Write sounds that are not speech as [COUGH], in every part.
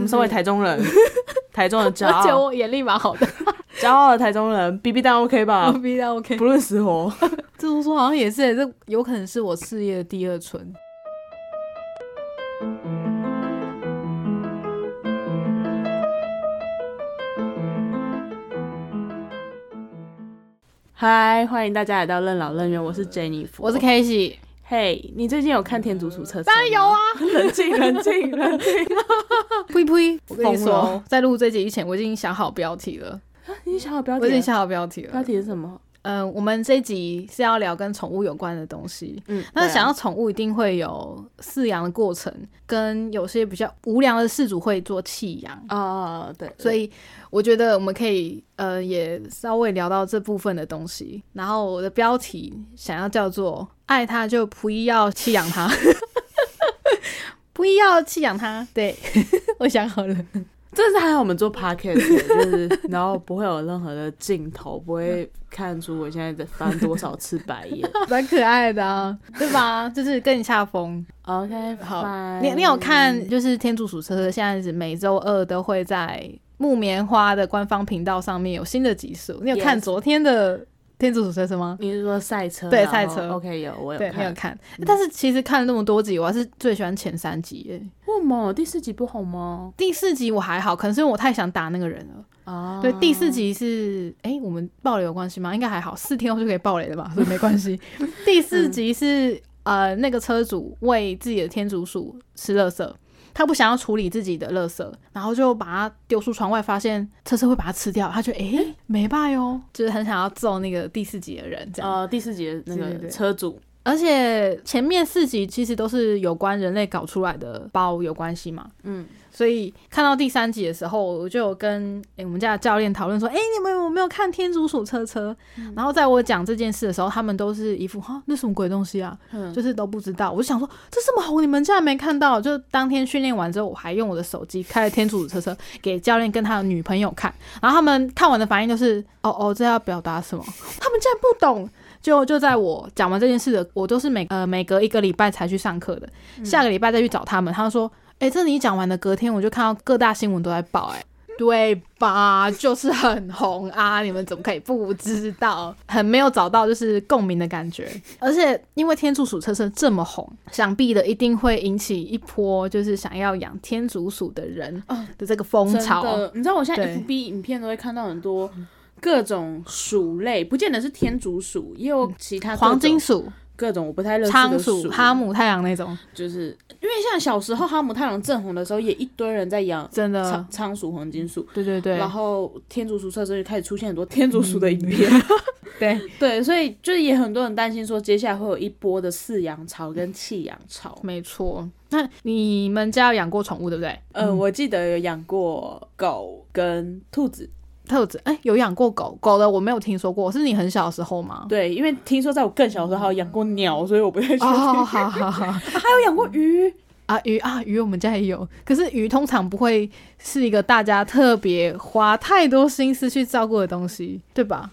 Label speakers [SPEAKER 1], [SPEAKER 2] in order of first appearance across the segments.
[SPEAKER 1] 们身为台中人， [LAUGHS] 台中人骄
[SPEAKER 2] [LAUGHS] 而且
[SPEAKER 1] 傲，
[SPEAKER 2] 我眼力蛮好的，
[SPEAKER 1] 骄傲的台中人，B B 蛋 OK
[SPEAKER 2] 我
[SPEAKER 1] 吧？
[SPEAKER 2] 逼到 OK。
[SPEAKER 1] 不论死活。
[SPEAKER 2] 这么说好像也是，这有可能是我事业的第二春。
[SPEAKER 1] [LAUGHS] 嗨，欢迎大家来到任劳任怨，我是 Jennifer，
[SPEAKER 2] 我是 k a
[SPEAKER 1] 嘿你最近有看《天竺鼠车车》？
[SPEAKER 2] 当然有啊！
[SPEAKER 1] [LAUGHS] 冷静，冷静，冷
[SPEAKER 2] [LAUGHS]
[SPEAKER 1] 静。
[SPEAKER 2] 呸呸！ [LAUGHS] 我跟你
[SPEAKER 1] 疯了
[SPEAKER 2] 说，在录这集以前，我已经想好标题了，
[SPEAKER 1] 你想好标
[SPEAKER 2] 我
[SPEAKER 1] 题
[SPEAKER 2] 已经
[SPEAKER 1] 了？
[SPEAKER 2] 想好标题
[SPEAKER 1] 标
[SPEAKER 2] 了。
[SPEAKER 1] 题是什么？
[SPEAKER 2] 嗯，我们这集是要聊跟宠物有关的东西。
[SPEAKER 1] 嗯，
[SPEAKER 2] 那
[SPEAKER 1] 对啊
[SPEAKER 2] 想要宠物，一定会有饲养的过程，跟有些比较无良的饲主会做弃养。
[SPEAKER 1] 啊，对，
[SPEAKER 2] 所
[SPEAKER 1] 以
[SPEAKER 2] 以我觉得我们可以呃也稍微聊到这部分的东西。然后我的标题想要叫做“爱它就不要弃养它”， [LAUGHS] 不要弃养它。对， [LAUGHS] 我想好了，
[SPEAKER 1] 这是还好我们做 podcast，的就是然后不会有任何的镜头，不会看出我现在在翻多少次白 [LAUGHS] 眼。
[SPEAKER 2] [LAUGHS] 蛮可爱的啊，对吧？哎就是更下风。
[SPEAKER 1] OK，
[SPEAKER 2] 好
[SPEAKER 1] fine
[SPEAKER 2] 你你有看就是天竺鼠车车现在是每周二都会在木棉花的官方频道上面有新的集数，你有看
[SPEAKER 1] Yes
[SPEAKER 2] 昨天的天竺鼠车车吗？
[SPEAKER 1] 你是说赛车？
[SPEAKER 2] 对
[SPEAKER 1] 然后
[SPEAKER 2] 赛车
[SPEAKER 1] ，OK，有我有
[SPEAKER 2] 对，没有
[SPEAKER 1] 看。
[SPEAKER 2] 看，但是其实看了那么多集，我还是最喜欢前三集耶。
[SPEAKER 1] 为什么第四集不好吗？
[SPEAKER 2] 第四集我还好，可能是因为我太想打那个人了。
[SPEAKER 1] 啊，
[SPEAKER 2] 对，第四集是哎、诶我们爆雷有关系吗？应该还好，四天后就可以爆雷了吧，所以没关系。第四集是呃，那个车主为自己的天竺鼠吃垃圾，他不想要处理自己的垃圾，然后就把它丢出窗外，发现车车会把它吃掉，他觉得哎、诶没办法哟，就是很想要揍那个哦第四集的人这样。
[SPEAKER 1] 呃，第四集的那
[SPEAKER 2] 对对
[SPEAKER 1] 个
[SPEAKER 2] 对
[SPEAKER 1] 车主，
[SPEAKER 2] 而且前面四集其实都是有关人类搞出来的包有关系嘛，
[SPEAKER 1] 嗯，
[SPEAKER 2] 所以看到第三集的时候，我就有跟、诶我们家的教练讨论说，哎、你们有没有看《天竺鼠车车》然后在我讲这件事的时候，他们都是一副哈那什么鬼东西啊，
[SPEAKER 1] 嗯
[SPEAKER 2] 就是都不知道。我就想说这这么红，你们竟然没看到？就当天训练完之后，我还用我的手机开了《天竺鼠车车》给教练跟他的女朋友看，然后他们看完的反应就是，哦哦，这要表达什么？ [LAUGHS] 他们竟然不懂。就就在我讲完这件事的，我都是每呃每隔一个礼拜才去上课的，下个礼拜再去找他们。他们说，哎、这你讲完的隔天，我就看到各大新闻都在报、诶哎。对吧？ [LAUGHS] 就是很红啊！你们怎么可以不知道？很没有找到就是共鸣的感觉，而且因为天竺鼠车车这么红，想必的一定会引起一波就是想要养天竺鼠的人
[SPEAKER 1] 哦
[SPEAKER 2] 的这个风
[SPEAKER 1] 真
[SPEAKER 2] 潮。
[SPEAKER 1] 的，你知道我现在
[SPEAKER 2] 对
[SPEAKER 1] FB 影片都会看到很多各种鼠类，不见得是天竺鼠，也有其他各种
[SPEAKER 2] 黄金鼠、
[SPEAKER 1] 各种我不太认识
[SPEAKER 2] 仓
[SPEAKER 1] 的
[SPEAKER 2] 鼠、
[SPEAKER 1] 鼠，
[SPEAKER 2] 哈姆太阳那种，
[SPEAKER 1] 就是因为像小时候哈姆太郎正红的时候，也一堆人在养
[SPEAKER 2] 真的
[SPEAKER 1] 仓，仓鼠、黄金鼠。
[SPEAKER 2] 对对嗯对
[SPEAKER 1] 然后天竺鼠车车就开始出现很多天竺鼠的影片，
[SPEAKER 2] [LAUGHS] 对，
[SPEAKER 1] 对，所以就是也很多人担心说，接下来会有一波的饲养潮跟弃养潮。
[SPEAKER 2] 没错。那你们家有养过宠物对不对？
[SPEAKER 1] 嗯，我记得有养过狗跟兔子，
[SPEAKER 2] 特子哎、有养过狗，狗的我没有听说过，是你很小的时候吗？
[SPEAKER 1] 对，因为听说在我更小的时候还有养过鸟，所以我不太确定。
[SPEAKER 2] 哦，好好
[SPEAKER 1] [LAUGHS]
[SPEAKER 2] 好
[SPEAKER 1] 还有养过鱼，
[SPEAKER 2] 啊，鱼啊鱼我们家也有，可是鱼通常不会是一个大家特别花太多心思去照顾的东西，对吧？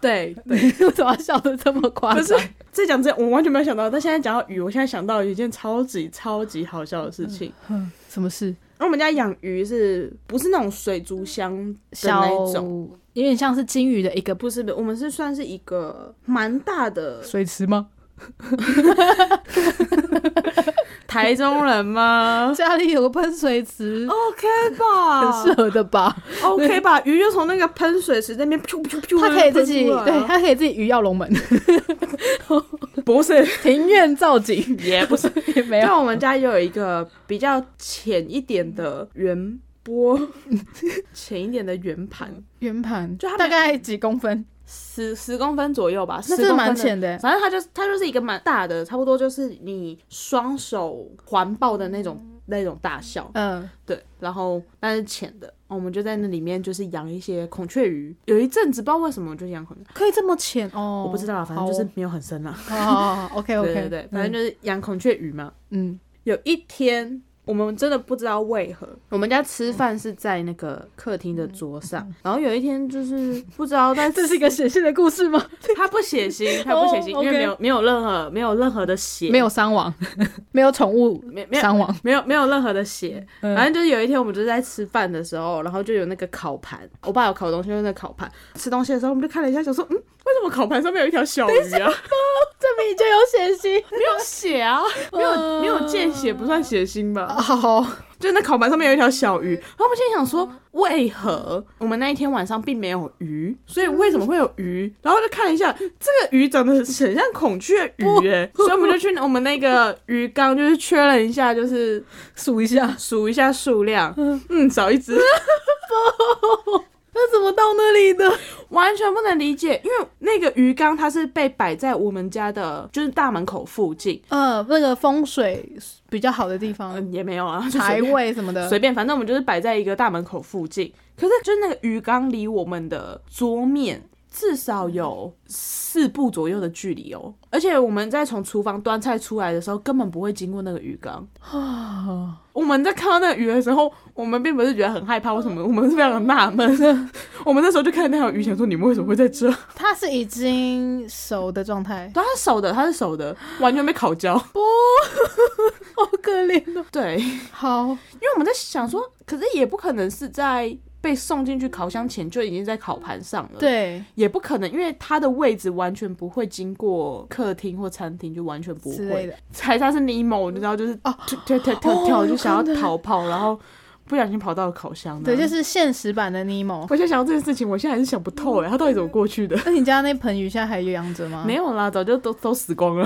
[SPEAKER 1] 对，
[SPEAKER 2] 为什么要笑得这么夸
[SPEAKER 1] 不是
[SPEAKER 2] 张？
[SPEAKER 1] 在讲这我完全没有想到，但现在讲到鱼，我现在想到一件超级超级好笑的事情。
[SPEAKER 2] 哼什么事？
[SPEAKER 1] 然后我们家养鱼是不是那种水族箱的
[SPEAKER 2] 小
[SPEAKER 1] 那一种？
[SPEAKER 2] 有点像是金鱼的一个
[SPEAKER 1] 不是，我们是算是一个蛮大 [LAUGHS] 的
[SPEAKER 2] 水池吗？
[SPEAKER 1] 台中人吗
[SPEAKER 2] 家里有个喷水池，
[SPEAKER 1] ？OK
[SPEAKER 2] 哦很适
[SPEAKER 1] 吧
[SPEAKER 2] 合的吧？
[SPEAKER 1] [LAUGHS] ，OK 吧，鱼就从那个喷水池那边噗噗噗，
[SPEAKER 2] 它可以自己，
[SPEAKER 1] 喷出来啊
[SPEAKER 2] 对，它可以自己鱼跃龙门， [LAUGHS]
[SPEAKER 1] 不是
[SPEAKER 2] 庭院造景
[SPEAKER 1] [LAUGHS] 也不是，
[SPEAKER 2] 也没有。
[SPEAKER 1] 但我们家有一个比较浅一点的圆波， [LAUGHS] 浅一点的圆盘，
[SPEAKER 2] 圆盘
[SPEAKER 1] 就它
[SPEAKER 2] 大概几公分，
[SPEAKER 1] 十十公分左右吧，10
[SPEAKER 2] 那是
[SPEAKER 1] 公分
[SPEAKER 2] 蛮
[SPEAKER 1] 的
[SPEAKER 2] 浅的。
[SPEAKER 1] 反正它就是它就是一个蛮大的，差不多就是你双手环抱的那种那种大小，
[SPEAKER 2] 嗯，
[SPEAKER 1] 对。然后但是浅的，我们就在那里面就是养一些孔雀鱼。有一阵子不知道为什么就养孔雀，
[SPEAKER 2] 可以这么浅哦
[SPEAKER 1] 我不知道啦，啊反正就是没有很深啦。
[SPEAKER 2] 哦，OK
[SPEAKER 1] 对
[SPEAKER 2] OK，
[SPEAKER 1] 对对，反正就是养孔雀鱼嘛。
[SPEAKER 2] 嗯，
[SPEAKER 1] 有一天我们真的不知道为何，我们家吃饭是在那个客厅的桌上，然后有一天嗯就是不知 [LAUGHS] 道在
[SPEAKER 2] 这是一个血腥的故事吗？
[SPEAKER 1] 他不血腥，他不血腥，因
[SPEAKER 2] 哦
[SPEAKER 1] 为没有
[SPEAKER 2] OK
[SPEAKER 1] 没有任何没有任何的血，
[SPEAKER 2] 没有伤亡，没有宠物
[SPEAKER 1] 没没有
[SPEAKER 2] 伤亡，
[SPEAKER 1] 没有没有任何的血，
[SPEAKER 2] 嗯
[SPEAKER 1] 反正就是有一天我们就是在吃饭的时候，然后就有那个烤盘，我爸有烤东西，就是那个烤盘。吃东西的时候，我们就看了一下，想说，嗯，为什么烤盘上面有一条 [LAUGHS] 小鱼啊？
[SPEAKER 2] 这明就有血腥，
[SPEAKER 1] 没有血啊，没有没有见血不算血腥吧？
[SPEAKER 2] 好，
[SPEAKER 1] 就那烤盘上面有一条小鱼，然后我们现在想说，为何我们那一天晚上并没有鱼，所以为什么会有鱼？然后就看了一下，这个鱼长得很像孔雀鱼、欸，所以我们就去我们那个鱼缸，就是确认一下，就是
[SPEAKER 2] 数一下，
[SPEAKER 1] 数一下数量，嗯，少一只，
[SPEAKER 2] 那怎么到那里的？
[SPEAKER 1] [LAUGHS] 完全不能理解，因为那个鱼缸它是被摆在我们家的，就是大门口附近，
[SPEAKER 2] 呃，那个风水比较好的地方，
[SPEAKER 1] 嗯，也没有啊，就
[SPEAKER 2] 财
[SPEAKER 1] 随便
[SPEAKER 2] 位什么的，
[SPEAKER 1] 随便，反正我们就是摆在一个大门口附近。可是就是那个鱼缸离我们的桌面至少有四步左右的距离哦，而且我们在从厨房端菜出来的时候，根本不会经过那个鱼缸。我们在看到那个鱼的时候，我们并不是觉得很害怕或什么，我们是非常的纳闷。 [LAUGHS] 我们那时候就看那条鱼，想说你们为什么会在这？ [LAUGHS]
[SPEAKER 2] 它是已经熟的状态，
[SPEAKER 1] 对，它是熟的，它是熟的，完全被烤焦。
[SPEAKER 2] 好可怜哦。
[SPEAKER 1] 对，因
[SPEAKER 2] 好，
[SPEAKER 1] 为我们在想说，可是也不可能是在被送进去烤箱前就已经在烤盘上了。
[SPEAKER 2] 对，
[SPEAKER 1] 也不可能，因为它的位置完全不会经过客厅或餐厅，就完全不
[SPEAKER 2] 之类
[SPEAKER 1] 会。
[SPEAKER 2] 的，
[SPEAKER 1] 才他是尼莫，你知道，就是
[SPEAKER 2] 哦
[SPEAKER 1] 跳跳跳
[SPEAKER 2] 哦
[SPEAKER 1] 跳跳，就想
[SPEAKER 2] 有
[SPEAKER 1] 要
[SPEAKER 2] 可能
[SPEAKER 1] 逃跑，然后不小心跑到了烤箱那。
[SPEAKER 2] 对，就是现实版的尼莫。
[SPEAKER 1] 我现在想到这件事情，我现在还是想不透哎，他到底怎么过去的？
[SPEAKER 2] 那你家那盆鱼现在还养着吗？
[SPEAKER 1] 没有啦，早就都都死光了，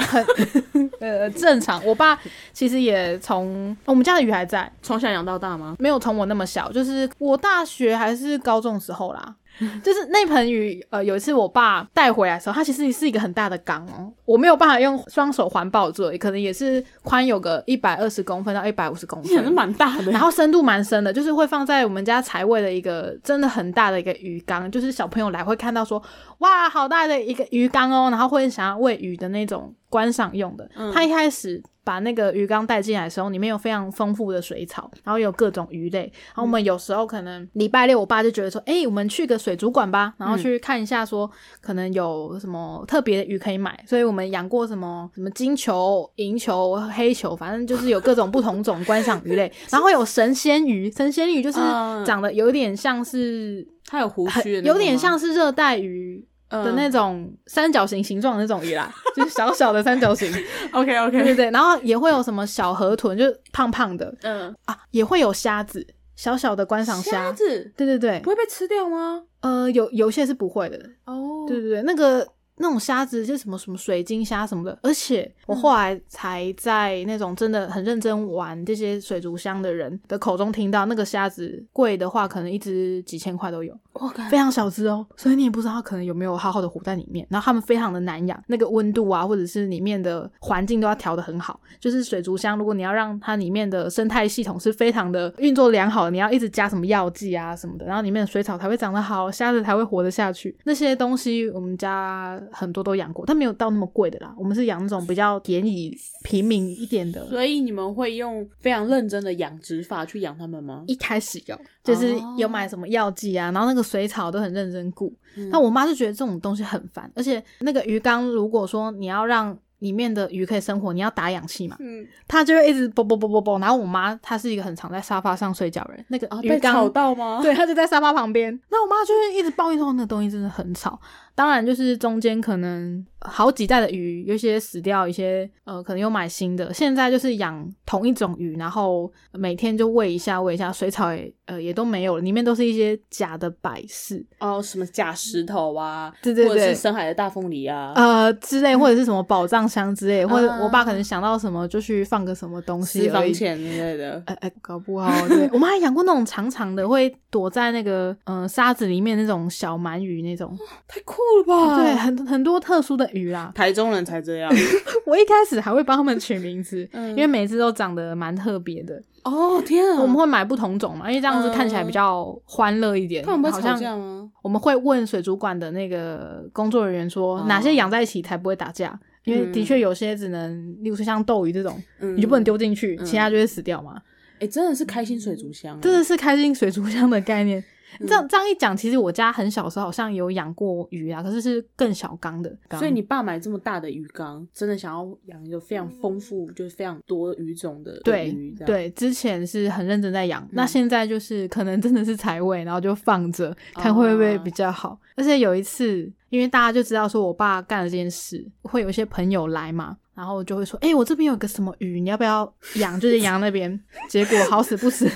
[SPEAKER 2] 呃，正常。我爸其实也从我们家的鱼还在，
[SPEAKER 1] 从小养到大吗？
[SPEAKER 2] 没有从我那么小，就是我大学还是高中的时候啦。 [LAUGHS] 就是那盆鱼，呃，有一次我爸带回来的时候，它其实是一个很大的缸哦，我没有办法用双手环抱住，可能也是宽有个一百二十公分到一百五十公
[SPEAKER 1] 也是
[SPEAKER 2] 分，
[SPEAKER 1] 蛮大的
[SPEAKER 2] 然。后深度蛮深的，就是会放在我们家财位的一个真的很大的一个鱼缸，就是小朋友来会看到说，哇，好大的一个鱼缸哦，然后会想要喂鱼的那种观赏用的。他一开始把那个鱼缸带进来的时候，里面有非常丰富的水草，然后有各种鱼类。然后我们有时候可能嗯礼拜六，我爸就觉得说，哎诶，我们去个水族馆吧，然后去看一下说可能有什么特别的鱼可以买。所以我们养过什么什么金球、银球、黑球，反正就是有各种不同种观赏鱼 [LAUGHS] 类，然后会有神仙鱼，神仙鱼就是
[SPEAKER 1] 嗯
[SPEAKER 2] 长得有点像是。
[SPEAKER 1] 它有胡
[SPEAKER 2] 很
[SPEAKER 1] 须的那种吗，
[SPEAKER 2] 有点像是热带鱼的那种三角形形状的那种鱼啦， [LAUGHS] 就是小小的三角 [LAUGHS] 形，
[SPEAKER 1] OK
[SPEAKER 2] 对
[SPEAKER 1] OK，
[SPEAKER 2] 对对。然后也会有什么小河豚，就是胖胖的
[SPEAKER 1] 嗯，
[SPEAKER 2] 啊，也会有虾子，小小的观赏虾。
[SPEAKER 1] 子
[SPEAKER 2] 对对对
[SPEAKER 1] 不，会被吃掉吗？
[SPEAKER 2] 呃，有有些是不会的，
[SPEAKER 1] 哦，
[SPEAKER 2] 对对对，那个那种虾子就是什么什么水晶虾什么的，而且我后来才在那种真的很认真玩这些水族箱的人的口中听到，那个虾子贵的话，可能一只几千块都有。
[SPEAKER 1] 我感
[SPEAKER 2] 非常小只哦，所以你也不知道它可能有没有好好的活在里面。然后它们非常的难养，那个温度啊，或者是里面的环境都要调得很好。就是水族箱，如果你要让它里面的生态系统是非常的运作良好的，你要一直加什么药剂啊什么的，然后里面的水草才会长得好，虾子才会活得下去。那些东西我们家很多都养过，但没有到那么贵的啦。我们是养那种比较便宜、平民一点的。
[SPEAKER 1] 所以你们会用非常认真的养殖法去养它们吗？
[SPEAKER 2] 一开始有，就是有买什么药剂啊，然后那个水草都很认真顾。
[SPEAKER 1] 哦嗯
[SPEAKER 2] 那我妈就觉得这种东西很烦，而且那个鱼缸如果说你要让里面的鱼可以生活，你要打氧气嘛，
[SPEAKER 1] 嗯，
[SPEAKER 2] 它就会一直啵啵啵啵啵。然后我妈她是一个很常在沙发上睡觉的人，那个
[SPEAKER 1] 啊，
[SPEAKER 2] 鱼
[SPEAKER 1] 被
[SPEAKER 2] 缸、
[SPEAKER 1] 吵到吗？
[SPEAKER 2] 对，他就在沙发旁边。哦那我妈就会一直抱怨说，那个东西真的很吵。当然，就是中间可能好几代的鱼，有一些死掉，一些呃可能又买新的。现在就是养同一种鱼，然后每天就喂一下喂一下，水草也呃也都没有了，里面都是一些假的摆饰，
[SPEAKER 1] 哦，什么假石头啊，
[SPEAKER 2] 对对
[SPEAKER 1] 或者
[SPEAKER 2] 对
[SPEAKER 1] 是深海的大凤梨啊，
[SPEAKER 2] 呃之类，或者是什么宝藏箱之类，或者
[SPEAKER 1] 啊
[SPEAKER 2] 我爸可能想到什么就去放个什么东西
[SPEAKER 1] 私
[SPEAKER 2] 而
[SPEAKER 1] 房
[SPEAKER 2] 已。
[SPEAKER 1] 钱之类
[SPEAKER 2] [LAUGHS]
[SPEAKER 1] 的。
[SPEAKER 2] 哎哎，搞不好对，我们还养过那种长长的，会躲在那个嗯、呃沙子里面那种小鳗鱼那种，
[SPEAKER 1] 太酷了吧！
[SPEAKER 2] 对，，很很多特殊的鱼啦。
[SPEAKER 1] 台中人才这样。
[SPEAKER 2] [LAUGHS] 我一开始还会帮他们取名字，
[SPEAKER 1] 嗯
[SPEAKER 2] 因为每只都长得蛮特别的。
[SPEAKER 1] 哦天啊，
[SPEAKER 2] 我们会买不同种嘛，因为这样子
[SPEAKER 1] 嗯
[SPEAKER 2] 看起来比较欢乐一点。
[SPEAKER 1] 看我们
[SPEAKER 2] 好
[SPEAKER 1] 会吵
[SPEAKER 2] 像
[SPEAKER 1] 架吗？
[SPEAKER 2] 我们会问水族馆的那个工作人员说，
[SPEAKER 1] 哦
[SPEAKER 2] 哪些养在一起才不会打架？因为的确有些只能，例如说像斗鱼这种，
[SPEAKER 1] 嗯
[SPEAKER 2] 你就不能丢进去，
[SPEAKER 1] 嗯
[SPEAKER 2] 其他就会死掉嘛。
[SPEAKER 1] 哎、真的是开心水族箱、欸，
[SPEAKER 2] 真的是开心水族箱的概念。
[SPEAKER 1] 嗯
[SPEAKER 2] 这样这样一讲，其实我家很小时候好像有养过鱼啊，可是是更小缸的缸。
[SPEAKER 1] 所以你爸买这么大的鱼缸，真的想要养一个非常丰富，就是非常多鱼种的
[SPEAKER 2] 对
[SPEAKER 1] 鱼，这样，嗯
[SPEAKER 2] 对之前是很认真在养，那现在就是可能真的是财位，然后就放着
[SPEAKER 1] 哦
[SPEAKER 2] 看会不会比较好。而且有一次，因为大家就知道说我爸干了这件事，会有一些朋友来嘛。然后就会说，哎、我这边有个什么鱼，你要不要养？就是养那
[SPEAKER 1] [LAUGHS]
[SPEAKER 2] 边。结果好死不死，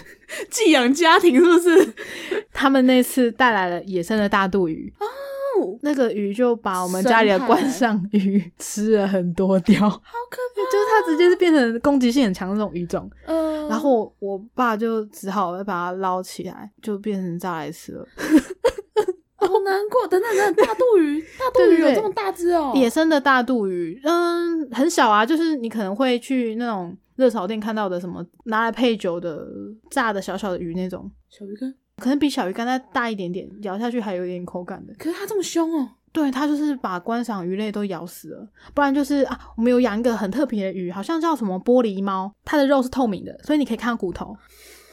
[SPEAKER 1] 寄养家庭是不是？ [LAUGHS]
[SPEAKER 2] 他们那次带来了野生的大肚鱼
[SPEAKER 1] 哦，
[SPEAKER 2] 那个鱼就把我们家里的观赏鱼吃了很多
[SPEAKER 1] [LAUGHS]
[SPEAKER 2] 条，
[SPEAKER 1] 好可
[SPEAKER 2] 就是它直接是变成攻击性很强的那种鱼种。
[SPEAKER 1] 怕。呃
[SPEAKER 2] 然后我爸就只好把它捞起来，就变成炸来吃了。
[SPEAKER 1] [LAUGHS] 好难过，等等等等，大肚鱼，大肚鱼
[SPEAKER 2] 对对
[SPEAKER 1] 有
[SPEAKER 2] 对
[SPEAKER 1] 这么大只哦、
[SPEAKER 2] 野生的大肚鱼，嗯，很小啊，就是你可能会去那种热炒店看到的什么拿来配酒的炸的小小的鱼那种，
[SPEAKER 1] 小鱼哥，
[SPEAKER 2] 可能比小鱼干再大一点点，咬下去还有一点口感的。
[SPEAKER 1] 可是它这么凶哦、
[SPEAKER 2] 对，它就是把观赏鱼类都咬死了，不然就是啊，我们有养一个很特别的鱼，好像叫什么玻璃猫，它的肉是透明的，所以你可以看到骨头，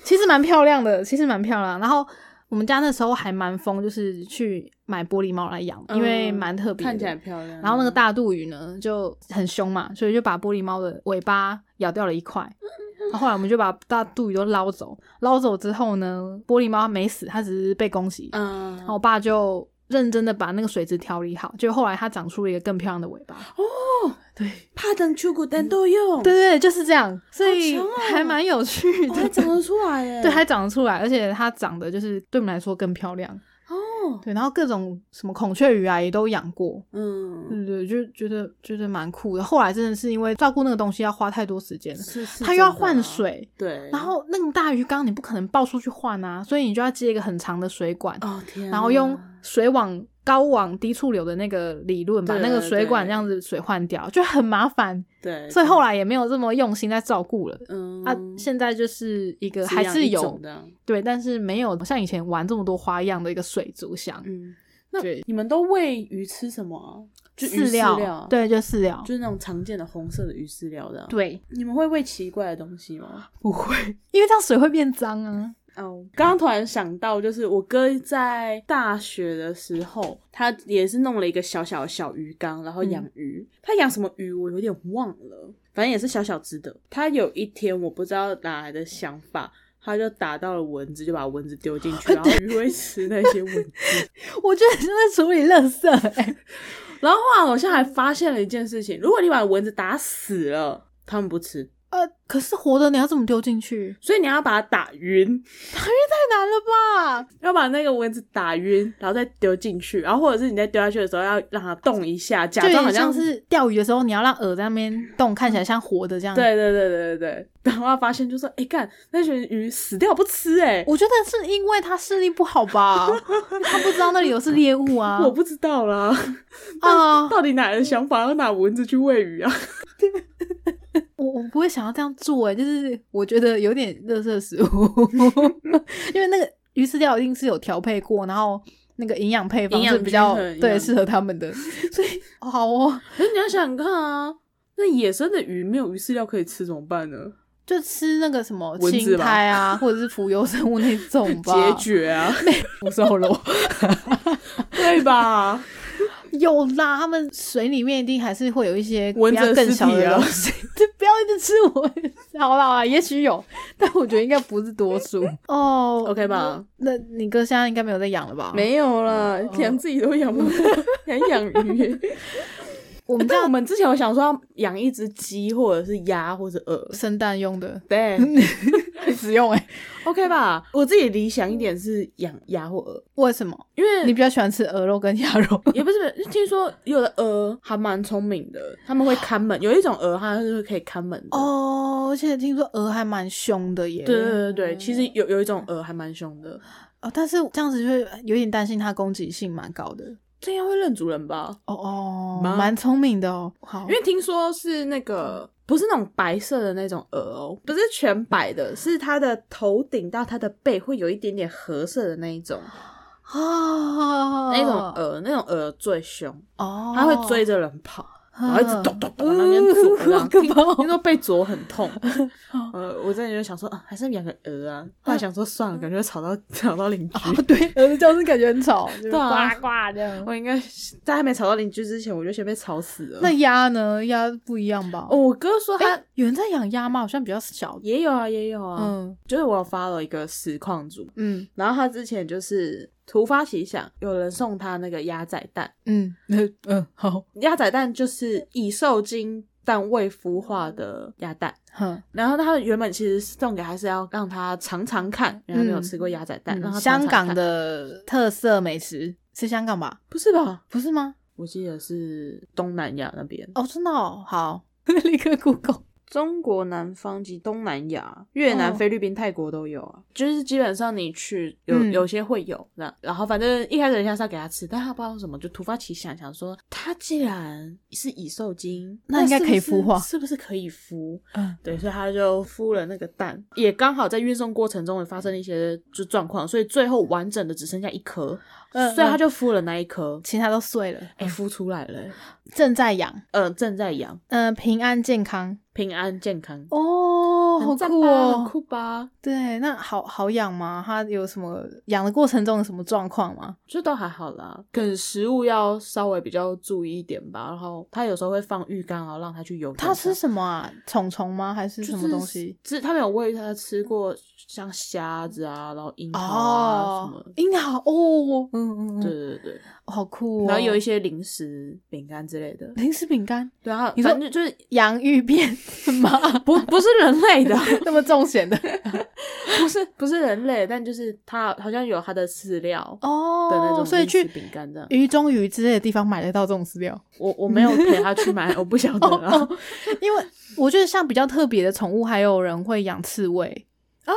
[SPEAKER 2] 其实蛮漂亮的，其实蛮漂亮。然后我们家那时候还蛮疯，就是去买玻璃猫来养，因为
[SPEAKER 1] 嗯
[SPEAKER 2] 蛮特别的，
[SPEAKER 1] 看起来很漂亮。
[SPEAKER 2] 然后那个大肚鱼呢就很凶嘛，所以就把玻璃猫的尾巴咬掉了一块。然后后来我们就把大肚鱼都捞走，捞走之后呢，玻璃猫没死，它只是被攻击。
[SPEAKER 1] 嗯，
[SPEAKER 2] 然后我爸就认真的把那个水质调理好，就后来它长出了一个更漂亮的尾巴。
[SPEAKER 1] 哦怕等出国但都用，
[SPEAKER 2] 对，对对，就是这样，所以
[SPEAKER 1] 强哦
[SPEAKER 2] 还蛮有趣
[SPEAKER 1] 哦、
[SPEAKER 2] 的。
[SPEAKER 1] 还长得出来哎、
[SPEAKER 2] [LAUGHS] 对，还长得出来，而且它长得就是对我们来说更漂亮。
[SPEAKER 1] 哦，
[SPEAKER 2] 对，然后各种什么孔雀鱼啊也都养过，
[SPEAKER 1] 嗯，
[SPEAKER 2] 对对，对就觉得觉得蛮酷的。后来真的是因为照顾那个东西要花太多时间了，
[SPEAKER 1] 是是，啊
[SPEAKER 2] 它又要换，水，
[SPEAKER 1] 对，
[SPEAKER 2] 然后那种大鱼缸你不可能抱出去换啊，所以你就要接一个很长的水管，
[SPEAKER 1] 哦天啊，
[SPEAKER 2] 然后用水往高往低处流的那个理论把
[SPEAKER 1] 对
[SPEAKER 2] 那个
[SPEAKER 1] 对
[SPEAKER 2] 水管
[SPEAKER 1] 对
[SPEAKER 2] 这样子水换掉，就很麻烦，
[SPEAKER 1] 对，
[SPEAKER 2] 所以后来也没有这么用心在照顾了。
[SPEAKER 1] 嗯
[SPEAKER 2] 啊，现在就是一个
[SPEAKER 1] 只
[SPEAKER 2] 还
[SPEAKER 1] 养
[SPEAKER 2] 是
[SPEAKER 1] 一种嗯
[SPEAKER 2] 有
[SPEAKER 1] 这样，
[SPEAKER 2] 对，但是没有像以前玩这么多花样的一个水族箱，
[SPEAKER 1] 嗯，那
[SPEAKER 2] 对
[SPEAKER 1] 你们都喂鱼吃什么啊？就鱼
[SPEAKER 2] 饲料，
[SPEAKER 1] 料，，
[SPEAKER 2] 对，就饲料，
[SPEAKER 1] 就是那种常见的红色的鱼饲料的。，啊
[SPEAKER 2] 对，
[SPEAKER 1] 你们会喂奇怪的东西吗？
[SPEAKER 2] 不会，因为这样水会变脏啊。
[SPEAKER 1] 哦，刚刚突然想到，就是我哥在大学的时候，他也是弄了一个小小的小鱼缸，然后养鱼。他养什么鱼，我有点忘了，反正也是小小只的。他有一天，我不知道哪来的想法。他就打到了蚊子，就把蚊子丢进去，然后鱼会吃那些蚊子。
[SPEAKER 2] 我觉得真的处理垃圾、欸，
[SPEAKER 1] 然后后来好像还发现了一件事情：如果你把蚊子打死了，它们不吃，
[SPEAKER 2] 呃，可是活的你要怎么丢进去？
[SPEAKER 1] 所以你要把它打晕，
[SPEAKER 2] 太难了吧？
[SPEAKER 1] 要把那个蚊子打晕，然后再丢进去，然后或者是你在丢下去的时候要让它动一下，假
[SPEAKER 2] 就有
[SPEAKER 1] 装好
[SPEAKER 2] 点像
[SPEAKER 1] 像。
[SPEAKER 2] 是钓鱼的时候，你要让饵在那边动，看起来像活的这样。，
[SPEAKER 1] 对对对对对对，然后他发现就说：“哎、干，那群鱼死掉不吃哎、
[SPEAKER 2] 我觉得是因为他视力不好
[SPEAKER 1] [LAUGHS]
[SPEAKER 2] 吧，他不知道那里有是猎物啊。
[SPEAKER 1] 我不知道啦，
[SPEAKER 2] 啊、
[SPEAKER 1] 到底哪来的想法要拿蚊子去喂鱼啊？
[SPEAKER 2] 我我不会想要这样做哎、就是我觉得有点垃圾食物，
[SPEAKER 1] [LAUGHS]
[SPEAKER 2] 因为那个鱼饲料一定是有调配过，然后那个营养配方
[SPEAKER 1] 营养
[SPEAKER 2] 是比较
[SPEAKER 1] 均衡营
[SPEAKER 2] 对
[SPEAKER 1] 养
[SPEAKER 2] 适合他们的，所以好哦，
[SPEAKER 1] 可是你要想想看啊，那野生的鱼没有鱼饲料可以吃怎么办呢？
[SPEAKER 2] 就吃那个什么
[SPEAKER 1] 蚊子
[SPEAKER 2] 青
[SPEAKER 1] 吧
[SPEAKER 2] 苔啊，或者是浮游生物那种
[SPEAKER 1] [LAUGHS]
[SPEAKER 2] 吧。
[SPEAKER 1] 解决啊，
[SPEAKER 2] 不瘦肉
[SPEAKER 1] 对吧？
[SPEAKER 2] 有啦，他们水里面一定还是会有一些
[SPEAKER 1] 蚊子
[SPEAKER 2] 比较
[SPEAKER 1] 的
[SPEAKER 2] 更
[SPEAKER 1] 尸
[SPEAKER 2] 小
[SPEAKER 1] 体
[SPEAKER 2] 的
[SPEAKER 1] 啊
[SPEAKER 2] 东西。就不要一直吃我，好啦好啦，也许有，但我觉得应该不是多数哦。
[SPEAKER 1] OK 吧？
[SPEAKER 2] 那你哥现在应该没有在养了吧？
[SPEAKER 1] 没有啦，养自己都养 [LAUGHS] 不活，还养鱼。
[SPEAKER 2] 我
[SPEAKER 1] 我们
[SPEAKER 2] 们
[SPEAKER 1] 但我们之前有想说要养一只鸡，或者是鸭，或者鹅。
[SPEAKER 2] 生蛋用的
[SPEAKER 1] [LAUGHS] 对
[SPEAKER 2] 很实用哎、
[SPEAKER 1] ，OK 吧？我自己理想一点是养鸭或鹅，
[SPEAKER 2] 为什么？
[SPEAKER 1] 因为
[SPEAKER 2] 你比较喜欢吃鹅肉跟鸭肉？
[SPEAKER 1] 也不是听说有的鹅还蛮聪明的，他们会看门，有一种鹅它是可以看门的。，
[SPEAKER 2] 哦，而且听说鹅还蛮凶的耶。
[SPEAKER 1] 对对对对，其实有有一种鹅还蛮凶的，
[SPEAKER 2] 哦，但是这样子就会有点担心它攻击性蛮高的。
[SPEAKER 1] 这应该会认主人吧？
[SPEAKER 2] 哦哦，
[SPEAKER 1] 蛮
[SPEAKER 2] 蛮聪明的哦。好，
[SPEAKER 1] 因为听说是那个不是那种白色的那种鹅哦，不是全白的，是它的头顶到它的背会有一点点褐色的那一种，
[SPEAKER 2] 啊，
[SPEAKER 1] 那种鹅，那种鹅最凶，
[SPEAKER 2] 哦，
[SPEAKER 1] 它会追着人跑。然后一直咚咚咚那边啄，这样听听说被啄很痛。呃，我之前就想说，啊，还是养个鹅啊，后来想说算了，感觉吵到吵到邻居。
[SPEAKER 2] 哦，对，我的叫声感觉很 [LAUGHS] 吵，就是
[SPEAKER 1] 对啊
[SPEAKER 2] 呱呱这样。
[SPEAKER 1] 我应该是在还没吵到邻居之前，我就先被吵死了。
[SPEAKER 2] 那鸭呢？鸭不一样吧？
[SPEAKER 1] 哦，我哥说他
[SPEAKER 2] 诶，有人在养鸭吗？好像比较小。
[SPEAKER 1] 也有啊，也有啊。
[SPEAKER 2] 嗯
[SPEAKER 1] 就是我有发了一个实况组，
[SPEAKER 2] 嗯
[SPEAKER 1] 然后他之前就是突发奇想，有人送他那个鸭仔蛋，
[SPEAKER 2] 嗯嗯嗯，好，
[SPEAKER 1] 鸭仔蛋就是已受精但未孵化的鸭蛋。
[SPEAKER 2] 哼，
[SPEAKER 1] 然后他原本其实送给他是要让他尝尝看，因为他没有吃过鸭仔蛋，让他尝
[SPEAKER 2] 嗯香
[SPEAKER 1] 尝看
[SPEAKER 2] 港的特色美食是香港吧？
[SPEAKER 1] 不是吧？
[SPEAKER 2] 不是吗？
[SPEAKER 1] 我记得是东南亚那边，
[SPEAKER 2] 哦，真的哦，好， [LAUGHS] 立刻 Google。
[SPEAKER 1] 中国南方及东南亚、越南、
[SPEAKER 2] 哦
[SPEAKER 1] 菲律宾、泰国都有啊。就是基本上你去有
[SPEAKER 2] 嗯
[SPEAKER 1] 有些会有，那、然后反正一开始人家是要给他吃，但他不知道为什么就突发奇想，想说他既然是已受精，
[SPEAKER 2] 那应该
[SPEAKER 1] 是不是
[SPEAKER 2] 可以孵化
[SPEAKER 1] 是不是可以孵？
[SPEAKER 2] 嗯，
[SPEAKER 1] 对，所以他就孵了那个蛋，也刚好在运送过程中也发生了一些就状况，所以最后完整的只剩下一颗，
[SPEAKER 2] 嗯
[SPEAKER 1] 所以他
[SPEAKER 2] 嗯
[SPEAKER 1] 就孵了那一颗，
[SPEAKER 2] 其他都碎了，
[SPEAKER 1] 哎、孵出来了、
[SPEAKER 2] 正在养，
[SPEAKER 1] 嗯、正在养，
[SPEAKER 2] 嗯，平安健康。
[SPEAKER 1] 平安健康，
[SPEAKER 2] 哦，好
[SPEAKER 1] 很赞
[SPEAKER 2] 酷
[SPEAKER 1] 吧
[SPEAKER 2] 哦，
[SPEAKER 1] 很酷吧？
[SPEAKER 2] 对，那好好养吗？它有什么养的过程中有什么状况吗？
[SPEAKER 1] 这倒还好啦，可能食物要稍微比较注意一点吧。然后它有时候会放浴缸，然后让它去游动。
[SPEAKER 2] 它吃什么啊？虫虫吗？还是
[SPEAKER 1] 就是
[SPEAKER 2] 什么东西？？
[SPEAKER 1] 吃它没有喂它吃过像虾子啊，然后樱桃啊、什
[SPEAKER 2] 哦
[SPEAKER 1] 么，。
[SPEAKER 2] 樱桃哦，嗯嗯
[SPEAKER 1] 对
[SPEAKER 2] 嗯，
[SPEAKER 1] 对对，
[SPEAKER 2] 好酷哦。
[SPEAKER 1] 然后有一些零食、饼干之类的。
[SPEAKER 2] 零食饼干、
[SPEAKER 1] 对啊，
[SPEAKER 2] 你说
[SPEAKER 1] 反正就是
[SPEAKER 2] 洋芋片吗？
[SPEAKER 1] 不不是人类的，
[SPEAKER 2] [LAUGHS] 那么重咸的
[SPEAKER 1] 不是不是人类，但就是它好像有它的饲料的那
[SPEAKER 2] [LAUGHS] 哦
[SPEAKER 1] 种，
[SPEAKER 2] 所以
[SPEAKER 1] 零食
[SPEAKER 2] 去
[SPEAKER 1] 饼干这样。
[SPEAKER 2] 鱼中鱼之类的地方买得到这种饲料。
[SPEAKER 1] 我我没有陪它去买，我不晓得啊。
[SPEAKER 2] 哦因为我觉得像比较特别的宠物，还有人会养刺猬。
[SPEAKER 1] 哦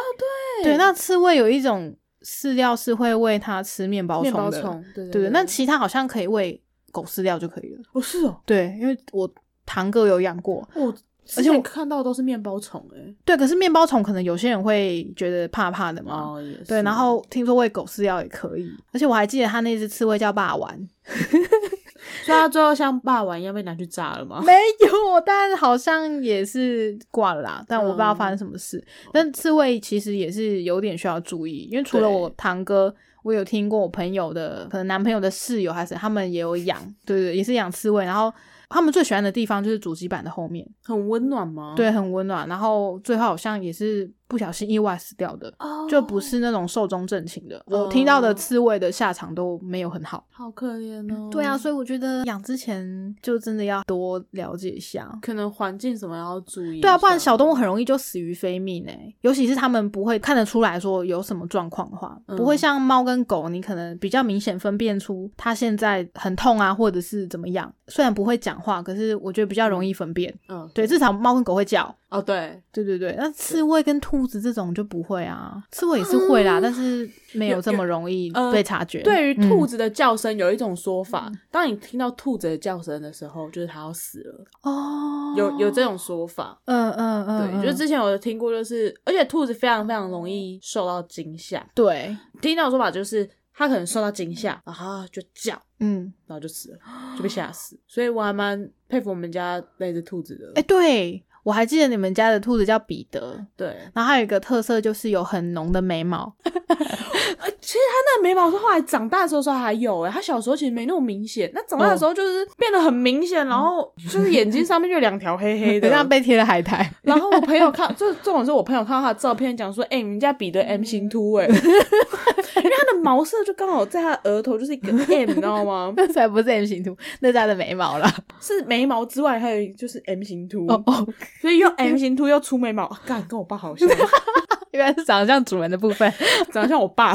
[SPEAKER 1] 对
[SPEAKER 2] 对，那刺猬有一种饲料是会喂它吃面包
[SPEAKER 1] 面
[SPEAKER 2] 虫
[SPEAKER 1] 包
[SPEAKER 2] 的，
[SPEAKER 1] 虫，对
[SPEAKER 2] 对对，那其他好像可以喂狗饲料就可以了。
[SPEAKER 1] 不是哦，
[SPEAKER 2] 对，因为我堂哥有养过，
[SPEAKER 1] 我
[SPEAKER 2] 而且我
[SPEAKER 1] 看到的都是面包虫哎、
[SPEAKER 2] 对，可是面包虫可能有些人会觉得怕怕的嘛。
[SPEAKER 1] 哦也是
[SPEAKER 2] 对，然后听说喂狗饲料也可以，而且我还记得他那只刺猬叫霸
[SPEAKER 1] 哦
[SPEAKER 2] 王， [LAUGHS]
[SPEAKER 1] 所以它最后像霸王一样被拿去炸了吗？ [LAUGHS]
[SPEAKER 2] 没有，但好像也是挂了啦，但我不知道
[SPEAKER 1] 嗯
[SPEAKER 2] 发生什么事。但刺猬其实也是有点需要注意，因为除了
[SPEAKER 1] 对
[SPEAKER 2] 我堂哥，我有听过我朋友的，可能男朋友的室友还是他们也有养，对对，也是养刺猬，然后。他们最喜欢的地方就是主机板的后面，
[SPEAKER 1] 很温暖吗？
[SPEAKER 2] 对，很温暖。然后最后好像也是不小心意外死掉的，
[SPEAKER 1] 哦，
[SPEAKER 2] 就不是那种寿终正寝的。我听到的刺猬的下场都没有很好。
[SPEAKER 1] 好可怜哦。
[SPEAKER 2] 对啊，所以我觉得养之前就真的要多了解一下。
[SPEAKER 1] 可能环境什么要注意一下。
[SPEAKER 2] 对啊，不然小动物很容易就死于非命诶、尤其是它们不会看得出来说有什么状况的话，
[SPEAKER 1] 嗯
[SPEAKER 2] 不会像猫跟狗，你可能比较明显分辨出它现在很痛啊，或者是怎么样。虽然不会讲话，可是我觉得比较容易分辨。
[SPEAKER 1] 嗯，
[SPEAKER 2] 对，至少猫跟狗会叫，
[SPEAKER 1] 哦对，
[SPEAKER 2] 对对对，那刺猬跟兔子这种就不会啊，刺猬也是会啦，
[SPEAKER 1] 嗯
[SPEAKER 2] 但是没有这么容易
[SPEAKER 1] 呃
[SPEAKER 2] 被察觉。嗯
[SPEAKER 1] 对于兔
[SPEAKER 2] 子、
[SPEAKER 1] 子的叫声有一种说法，当你听到兔子的叫声的时候，就是它要死了，
[SPEAKER 2] 哦，
[SPEAKER 1] 有有这，种说法。
[SPEAKER 2] 嗯嗯嗯，
[SPEAKER 1] 对，就
[SPEAKER 2] 嗯
[SPEAKER 1] 之前我有听过，就是而且兔子非常非常容易受到惊吓，
[SPEAKER 2] 对，
[SPEAKER 1] 听到的说法就是它可能受到惊吓，然后它就叫，
[SPEAKER 2] 嗯，
[SPEAKER 1] 然后就死了，就被吓死。所以我还蛮佩服我们家那只兔子的。
[SPEAKER 2] 哎、对我还记得你们家的兔子叫彼得，
[SPEAKER 1] 对，
[SPEAKER 2] 然后还有一个特色就是有很浓的眉毛，
[SPEAKER 1] 其实它那眉毛是后来长大的时候说还有哎、它小时候其实没那么明显，那长大的时候就是变得很明显，然后就是眼睛上面就两条黑黑
[SPEAKER 2] 很
[SPEAKER 1] 的。 [LAUGHS]
[SPEAKER 2] 像被贴了海苔。
[SPEAKER 1] 然后我朋友看，这这种是我朋友看到他的照片，讲说：“哎、你们家彼得 M 型秃 [LAUGHS] 哎、因为他的毛色就刚好在他的额头就是一个 M，你知道吗？
[SPEAKER 2] 那才不是 M 型兔，那是它的眉毛啦。
[SPEAKER 1] 是眉毛之外还有一就是 M 型秃，
[SPEAKER 2] 哦哦，
[SPEAKER 1] 所以又 M 型秃又出眉毛，啊干、跟我爸好像，
[SPEAKER 2] 原来是长得像主人的部
[SPEAKER 1] [LAUGHS]
[SPEAKER 2] 分。
[SPEAKER 1] 长得像我
[SPEAKER 2] [LAUGHS]
[SPEAKER 1] 爸。”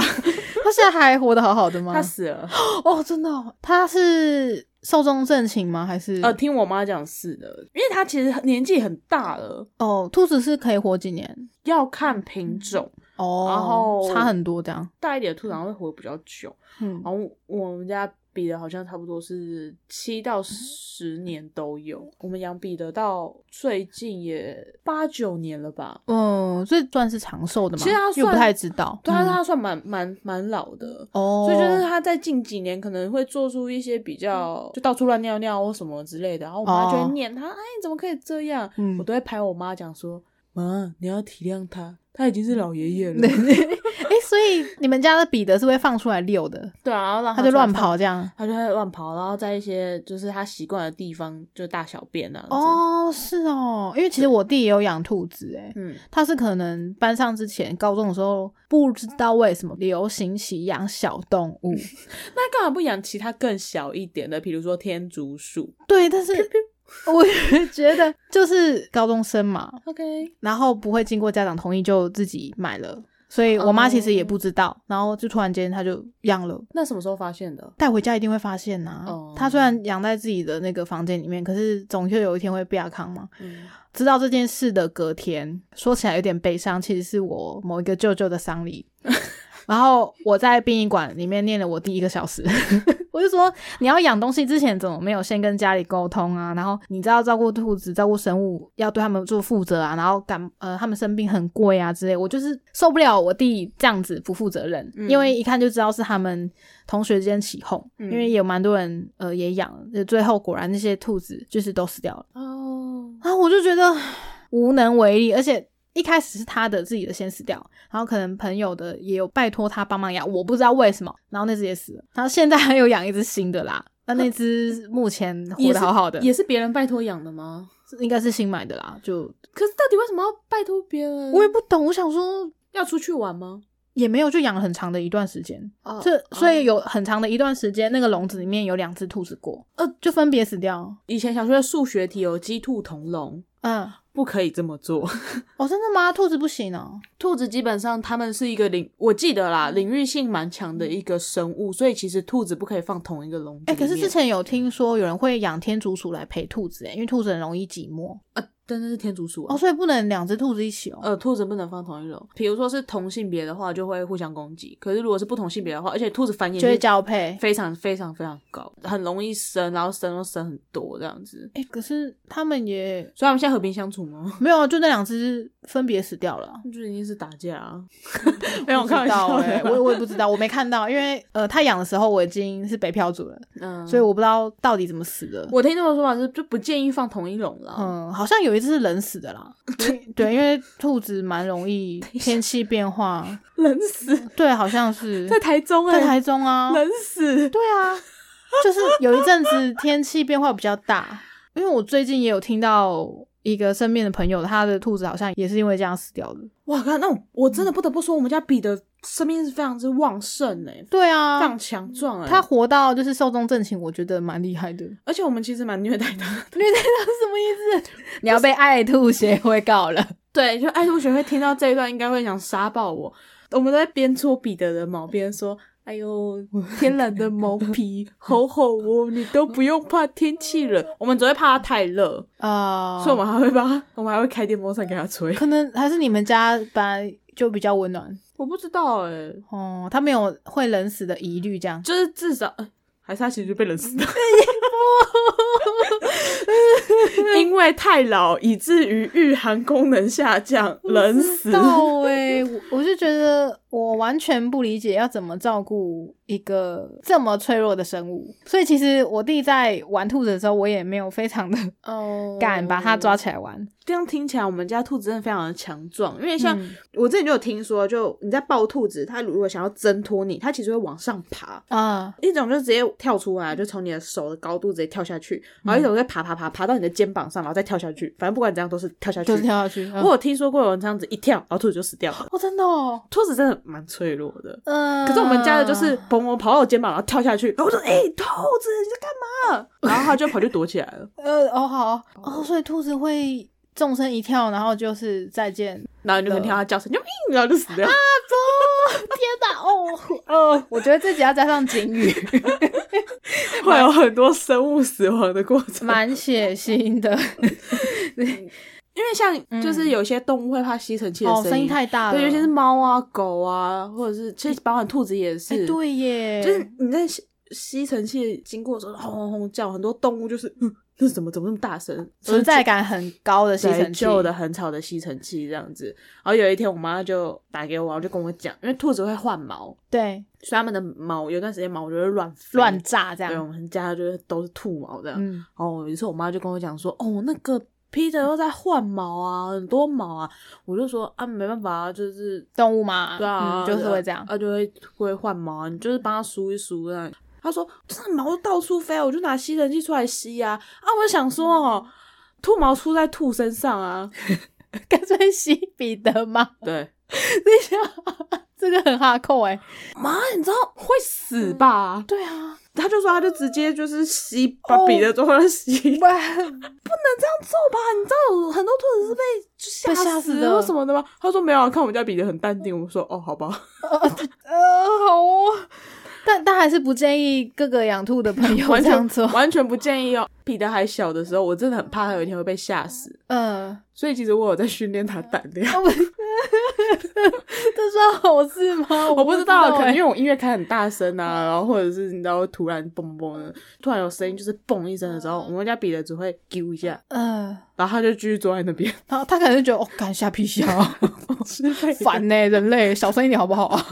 [SPEAKER 2] 它现在还活得好好的吗
[SPEAKER 1] 他？死了。
[SPEAKER 2] 哦，真的、哦，它是寿终正寝吗？还是
[SPEAKER 1] 呃，听我妈讲是的，因为他其实年纪很大了，
[SPEAKER 2] 哦，兔子是可以活几年？
[SPEAKER 1] 要看品种，
[SPEAKER 2] 哦，
[SPEAKER 1] 然后
[SPEAKER 2] 差很多这样。
[SPEAKER 1] 大一点的兔好像会活比较久。
[SPEAKER 2] 嗯
[SPEAKER 1] 然后我们家彼得好像差不多是七到
[SPEAKER 2] 嗯
[SPEAKER 1] 十年都有。我们养彼得到最近也八九年了吧？
[SPEAKER 2] 嗯，所以算是长寿的嘛？
[SPEAKER 1] 其实它
[SPEAKER 2] 因为我不
[SPEAKER 1] 算
[SPEAKER 2] 太知道。
[SPEAKER 1] 对啊，
[SPEAKER 2] 嗯
[SPEAKER 1] 他算蛮蛮蛮老的。
[SPEAKER 2] 哦，
[SPEAKER 1] 所以就是他在近几年可能会做出一些比较，就到处乱尿尿或什么之类的，然后我妈就
[SPEAKER 2] 嗯哦
[SPEAKER 1] 会念他，哎，你怎么可以这样？
[SPEAKER 2] 嗯
[SPEAKER 1] 我都会拍我妈讲说，妈，你要体谅他，他已经是老爷爷了。
[SPEAKER 2] 哎、所以你们家的彼得是会放出来遛的，
[SPEAKER 1] [LAUGHS] 对啊，然后让
[SPEAKER 2] 他就
[SPEAKER 1] 出来
[SPEAKER 2] 乱
[SPEAKER 1] 放，
[SPEAKER 2] 跑这样。
[SPEAKER 1] 他就会乱跑，然后在一些就是他习惯的地方就大小便啊。哦，
[SPEAKER 2] 哦，是哦，因为其实我弟也有养兔子，哎，
[SPEAKER 1] 嗯，
[SPEAKER 2] 他是可能班上之前高中的时候不知道为什么流行起养小动 [LAUGHS] 物，
[SPEAKER 1] 那干嘛不养其他更小一点的，比如说天竺鼠
[SPEAKER 2] 对，但是我也觉得就是高中生嘛，
[SPEAKER 1] ？OK，
[SPEAKER 2] 然后不会经过家长同意就自己买了，所以我妈其实也不知道，然后就突然间她就养了。
[SPEAKER 1] 那什么时候发现的？
[SPEAKER 2] 带回家一定会发现呐、
[SPEAKER 1] 哦
[SPEAKER 2] 她虽然养在自己的那个房间里面，可是总就有一天会被康嘛。
[SPEAKER 1] 嗯，
[SPEAKER 2] 知道这件事的隔天，说起来有点悲伤，其实是我某一个舅舅的丧礼。 [LAUGHS] 然后我在殡仪馆里面念了我第一个小时， [LAUGHS] 我就说你要养东西之前怎么没有先跟家里沟通啊？然后你知道照顾兔子、照顾生物要对他们做负责啊，然后感呃他们生病很贵啊之类，我就是受不了我弟这样子不负责任，
[SPEAKER 1] 嗯
[SPEAKER 2] 因为一看就知道是他们同学之间起哄，
[SPEAKER 1] 嗯
[SPEAKER 2] 因为有蛮多人呃也养，呃最后果然那些兔子就是都死掉了。
[SPEAKER 1] 哦，
[SPEAKER 2] 然后啊我就觉得无能为力，而且一开始是他的自己的先死掉，然后可能朋友的也有拜托他帮忙养，我不知道为什么，然后那只也死了，然后现在还有养一只新的啦，那那只
[SPEAKER 1] [LAUGHS]
[SPEAKER 2] 目前活
[SPEAKER 1] 也
[SPEAKER 2] 得
[SPEAKER 1] 是
[SPEAKER 2] 好好的，
[SPEAKER 1] 也是别人拜托养的吗？
[SPEAKER 2] 应该是新买的啦，就
[SPEAKER 1] 可是到底为什么要拜托别人？
[SPEAKER 2] 我也不懂，我想说
[SPEAKER 1] 要出去玩吗？
[SPEAKER 2] 也没有，就养了很长的一段时间，
[SPEAKER 1] 哦
[SPEAKER 2] 这、所以有很长的一段时间，那个笼子里面有两只兔子过，呃，就分别死掉，
[SPEAKER 1] 以前小学的数学题有鸡兔同笼，
[SPEAKER 2] 嗯，
[SPEAKER 1] 不可以这么做。 [LAUGHS]
[SPEAKER 2] 哦，真的吗？兔子不行哦，
[SPEAKER 1] 兔子基本上它们是一个领，我记得啦，领域性蛮强的一个生物，所以其实兔子不嗯可以放同一个笼子
[SPEAKER 2] 哎、
[SPEAKER 1] 里面。
[SPEAKER 2] 可是之前有听说有人会养天竺鼠来陪兔子、欸，因为兔子很容易寂寞
[SPEAKER 1] 啊，但那是天竺鼠啊
[SPEAKER 2] 哦，所以不能两只兔子一起哦。
[SPEAKER 1] 呃，兔子不能放同一笼。比如说是同性别的话，就会互相攻击；可是如果是不同性别的话，而且兔子繁衍
[SPEAKER 2] 就会
[SPEAKER 1] 率
[SPEAKER 2] 交配。
[SPEAKER 1] 非常非常非常高，很容易生，然后生又生很多这样子。
[SPEAKER 2] 哎、可是他们也
[SPEAKER 1] 所以他们现在和平相处吗？ [LAUGHS]
[SPEAKER 2] 没有啊，就那两只分别死掉了。
[SPEAKER 1] 就已经是打架 [LAUGHS] 啊！欸
[SPEAKER 2] 没
[SPEAKER 1] 有我开玩笑的
[SPEAKER 2] 哎、我我也不知道，我没看到，因为呃，他养的时候我已经是北漂族了，
[SPEAKER 1] 嗯，
[SPEAKER 2] 所以我不知道到底怎么死的。
[SPEAKER 1] 我听他们说法是，就不建议放同一笼啦。
[SPEAKER 2] 嗯，好像有一只是冷死的
[SPEAKER 1] [LAUGHS]
[SPEAKER 2] 啦。对，因为兔子蛮容易天气
[SPEAKER 1] [LAUGHS]
[SPEAKER 2] 变化。
[SPEAKER 1] 冷死，
[SPEAKER 2] 对，好像是
[SPEAKER 1] 在台中哎、
[SPEAKER 2] 嗯在台中啊，
[SPEAKER 1] 冷死。
[SPEAKER 2] 对啊，就是有一阵子天气变化比较大，因为我最近也有听到一个身边的朋友，他的兔子好像也是因为这样死掉的。
[SPEAKER 1] 哇靠！那我我真的不得不说，我们家彼得生命是非常之旺盛哎、
[SPEAKER 2] 对
[SPEAKER 1] 非
[SPEAKER 2] 啊
[SPEAKER 1] 常，强壮哎。
[SPEAKER 2] 他活到就是寿终正寝，我觉得蛮厉害的。
[SPEAKER 1] 而且我们其实蛮虐待他的，
[SPEAKER 2] 虐待他什么意思？你要被爱兔协会告 [LAUGHS] 了。
[SPEAKER 1] 对，就爱兔学会听到这一段，应该会想杀爆我。我们都在边戳彼得的毛边说：“哎呦，天然的毛皮，好好哦，你都不用怕天气冷。”我们只会怕它太热，
[SPEAKER 2] 啊、
[SPEAKER 1] 所以我们还会把它，我们还会开电风扇给它吹。
[SPEAKER 2] 可能还是你们家本来就比较温暖
[SPEAKER 1] 我不知道哎、
[SPEAKER 2] 哦，他没有会冷死的疑虑，这样
[SPEAKER 1] 就是至少、呃还是它其实就被冷死了，因为太老以至于御寒功能下降，冷死。
[SPEAKER 2] [LAUGHS] 到哎、我我是觉得我完全不理解要怎么照顾一个这么脆弱的生物，所以其实我弟在玩兔子的时候，我也没有非常的
[SPEAKER 1] 哦
[SPEAKER 2] [LAUGHS] 敢把它抓起来玩。
[SPEAKER 1] 这样听起来，我们家兔子真的非常的强壮，因为像
[SPEAKER 2] 嗯
[SPEAKER 1] 我之前就有听说，就你在抱兔子，它如果想要挣脱你，它其实会往上爬。
[SPEAKER 2] 啊、
[SPEAKER 1] 一种就直接跳出来，就从你的手的高度直接跳下去；然后一种就爬爬爬爬到你的肩膀上，然后再跳下去。反正不管怎样都是跳下去。
[SPEAKER 2] 就是跳下去。嗯
[SPEAKER 1] 我有听说过有人这样子一跳，然后兔子就死掉了。
[SPEAKER 2] 哦，真的哦，
[SPEAKER 1] 兔子真的蛮脆弱的，
[SPEAKER 2] 嗯。
[SPEAKER 1] 可是我们家的就是嘣嘣跑到我肩膀，然后跳下去，然后我说：“哎、兔子你在干嘛？”然后它就跑去躲起来了。
[SPEAKER 2] 呃，哦好哦，所以兔子会纵身一跳，然后就是再见。
[SPEAKER 1] 然后你就可能听到它叫声，就嗯然后就死掉了。
[SPEAKER 2] 走， [LAUGHS] 天哪，哦哦，我觉得这集要加上警 [LAUGHS] 语，
[SPEAKER 1] 会有很多生物死亡的过程。
[SPEAKER 2] 蛮血腥 [LAUGHS] 的。
[SPEAKER 1] 因为像就是有些动物会怕吸尘器的
[SPEAKER 2] 嗯哦，
[SPEAKER 1] 音，
[SPEAKER 2] 声音太大了，
[SPEAKER 1] 对，尤其是猫啊、狗啊，或者是其实包含兔子也是，
[SPEAKER 2] 哎哎，对耶，
[SPEAKER 1] 就是你在吸尘器经过的时候轰轰轰叫，很多动物就是 [LAUGHS] 嗯，那怎么怎么那么大声，
[SPEAKER 2] 存在感很高的吸
[SPEAKER 1] 对
[SPEAKER 2] 尘器，
[SPEAKER 1] 旧的很吵的吸尘器这样子。然后有一天我妈就打给我，然后就跟我讲，因为兔子会换毛，
[SPEAKER 2] 对，
[SPEAKER 1] 所以它们的毛有段时间毛就会乱飞
[SPEAKER 2] 乱。炸这
[SPEAKER 1] 对，我
[SPEAKER 2] 样。
[SPEAKER 1] 们家就是都是兔毛这样。
[SPEAKER 2] 嗯，
[SPEAKER 1] 哦，有一次我妈就跟我讲说，哦，那个 Peter 又在换毛啊，很多毛啊。我就说啊，没办法啊，就是
[SPEAKER 2] 动物嘛，
[SPEAKER 1] 对啊，
[SPEAKER 2] 嗯就是会这样。
[SPEAKER 1] 啊，就会会换毛啊，你就是帮它梳一梳那样。他说这毛到处飞啊，我就拿吸尘器出来吸啊。啊，我就想说哦，兔毛出在兔身上
[SPEAKER 2] [LAUGHS]
[SPEAKER 1] 啊，
[SPEAKER 2] 干脆吸彼得吗？
[SPEAKER 1] 对，
[SPEAKER 2] 你想，这个很哈扣哎。
[SPEAKER 1] 妈，你知道会死吧？
[SPEAKER 2] 对啊，
[SPEAKER 1] 他就说他就直接就是吸，
[SPEAKER 2] 哦
[SPEAKER 1] 把彼得都在
[SPEAKER 2] [LAUGHS]
[SPEAKER 1] 吸。
[SPEAKER 2] 不然
[SPEAKER 1] 揍吧！你知道有很多兔子是被就
[SPEAKER 2] 嗯被
[SPEAKER 1] 吓
[SPEAKER 2] 吓
[SPEAKER 1] 死
[SPEAKER 2] 死的
[SPEAKER 1] 或什么的吗？他说没有啊，看我们家彼得很淡定。我说哦，好吧，
[SPEAKER 2] 呃，好哦。 [LAUGHS] 但但还是不建议各个养兔的朋友
[SPEAKER 1] 完
[SPEAKER 2] 这样
[SPEAKER 1] 全
[SPEAKER 2] 做。
[SPEAKER 1] 完全不建议哦。彼得还小的时候，我真的很怕他有一天会被吓死，
[SPEAKER 2] 嗯，
[SPEAKER 1] [LAUGHS] 所以其实我有在训练他胆量。
[SPEAKER 2] 啊不是这算好事吗？
[SPEAKER 1] 我
[SPEAKER 2] 不
[SPEAKER 1] 不知道，可
[SPEAKER 2] 欸
[SPEAKER 1] 能因为我音乐开很大声啊，然后或者是你知道突然嘣嘣的，突然有声音就是嘣一声的时候，我们家彼得只会揪一下，
[SPEAKER 2] 嗯，
[SPEAKER 1] 然后他就继续坐在那
[SPEAKER 2] [LAUGHS]
[SPEAKER 1] 边
[SPEAKER 2] 然后他可能就觉得哦，干下屁笑，
[SPEAKER 1] 之类的。
[SPEAKER 2] [LAUGHS] 烦呢、人类，小声一点好不好啊？ [LAUGHS]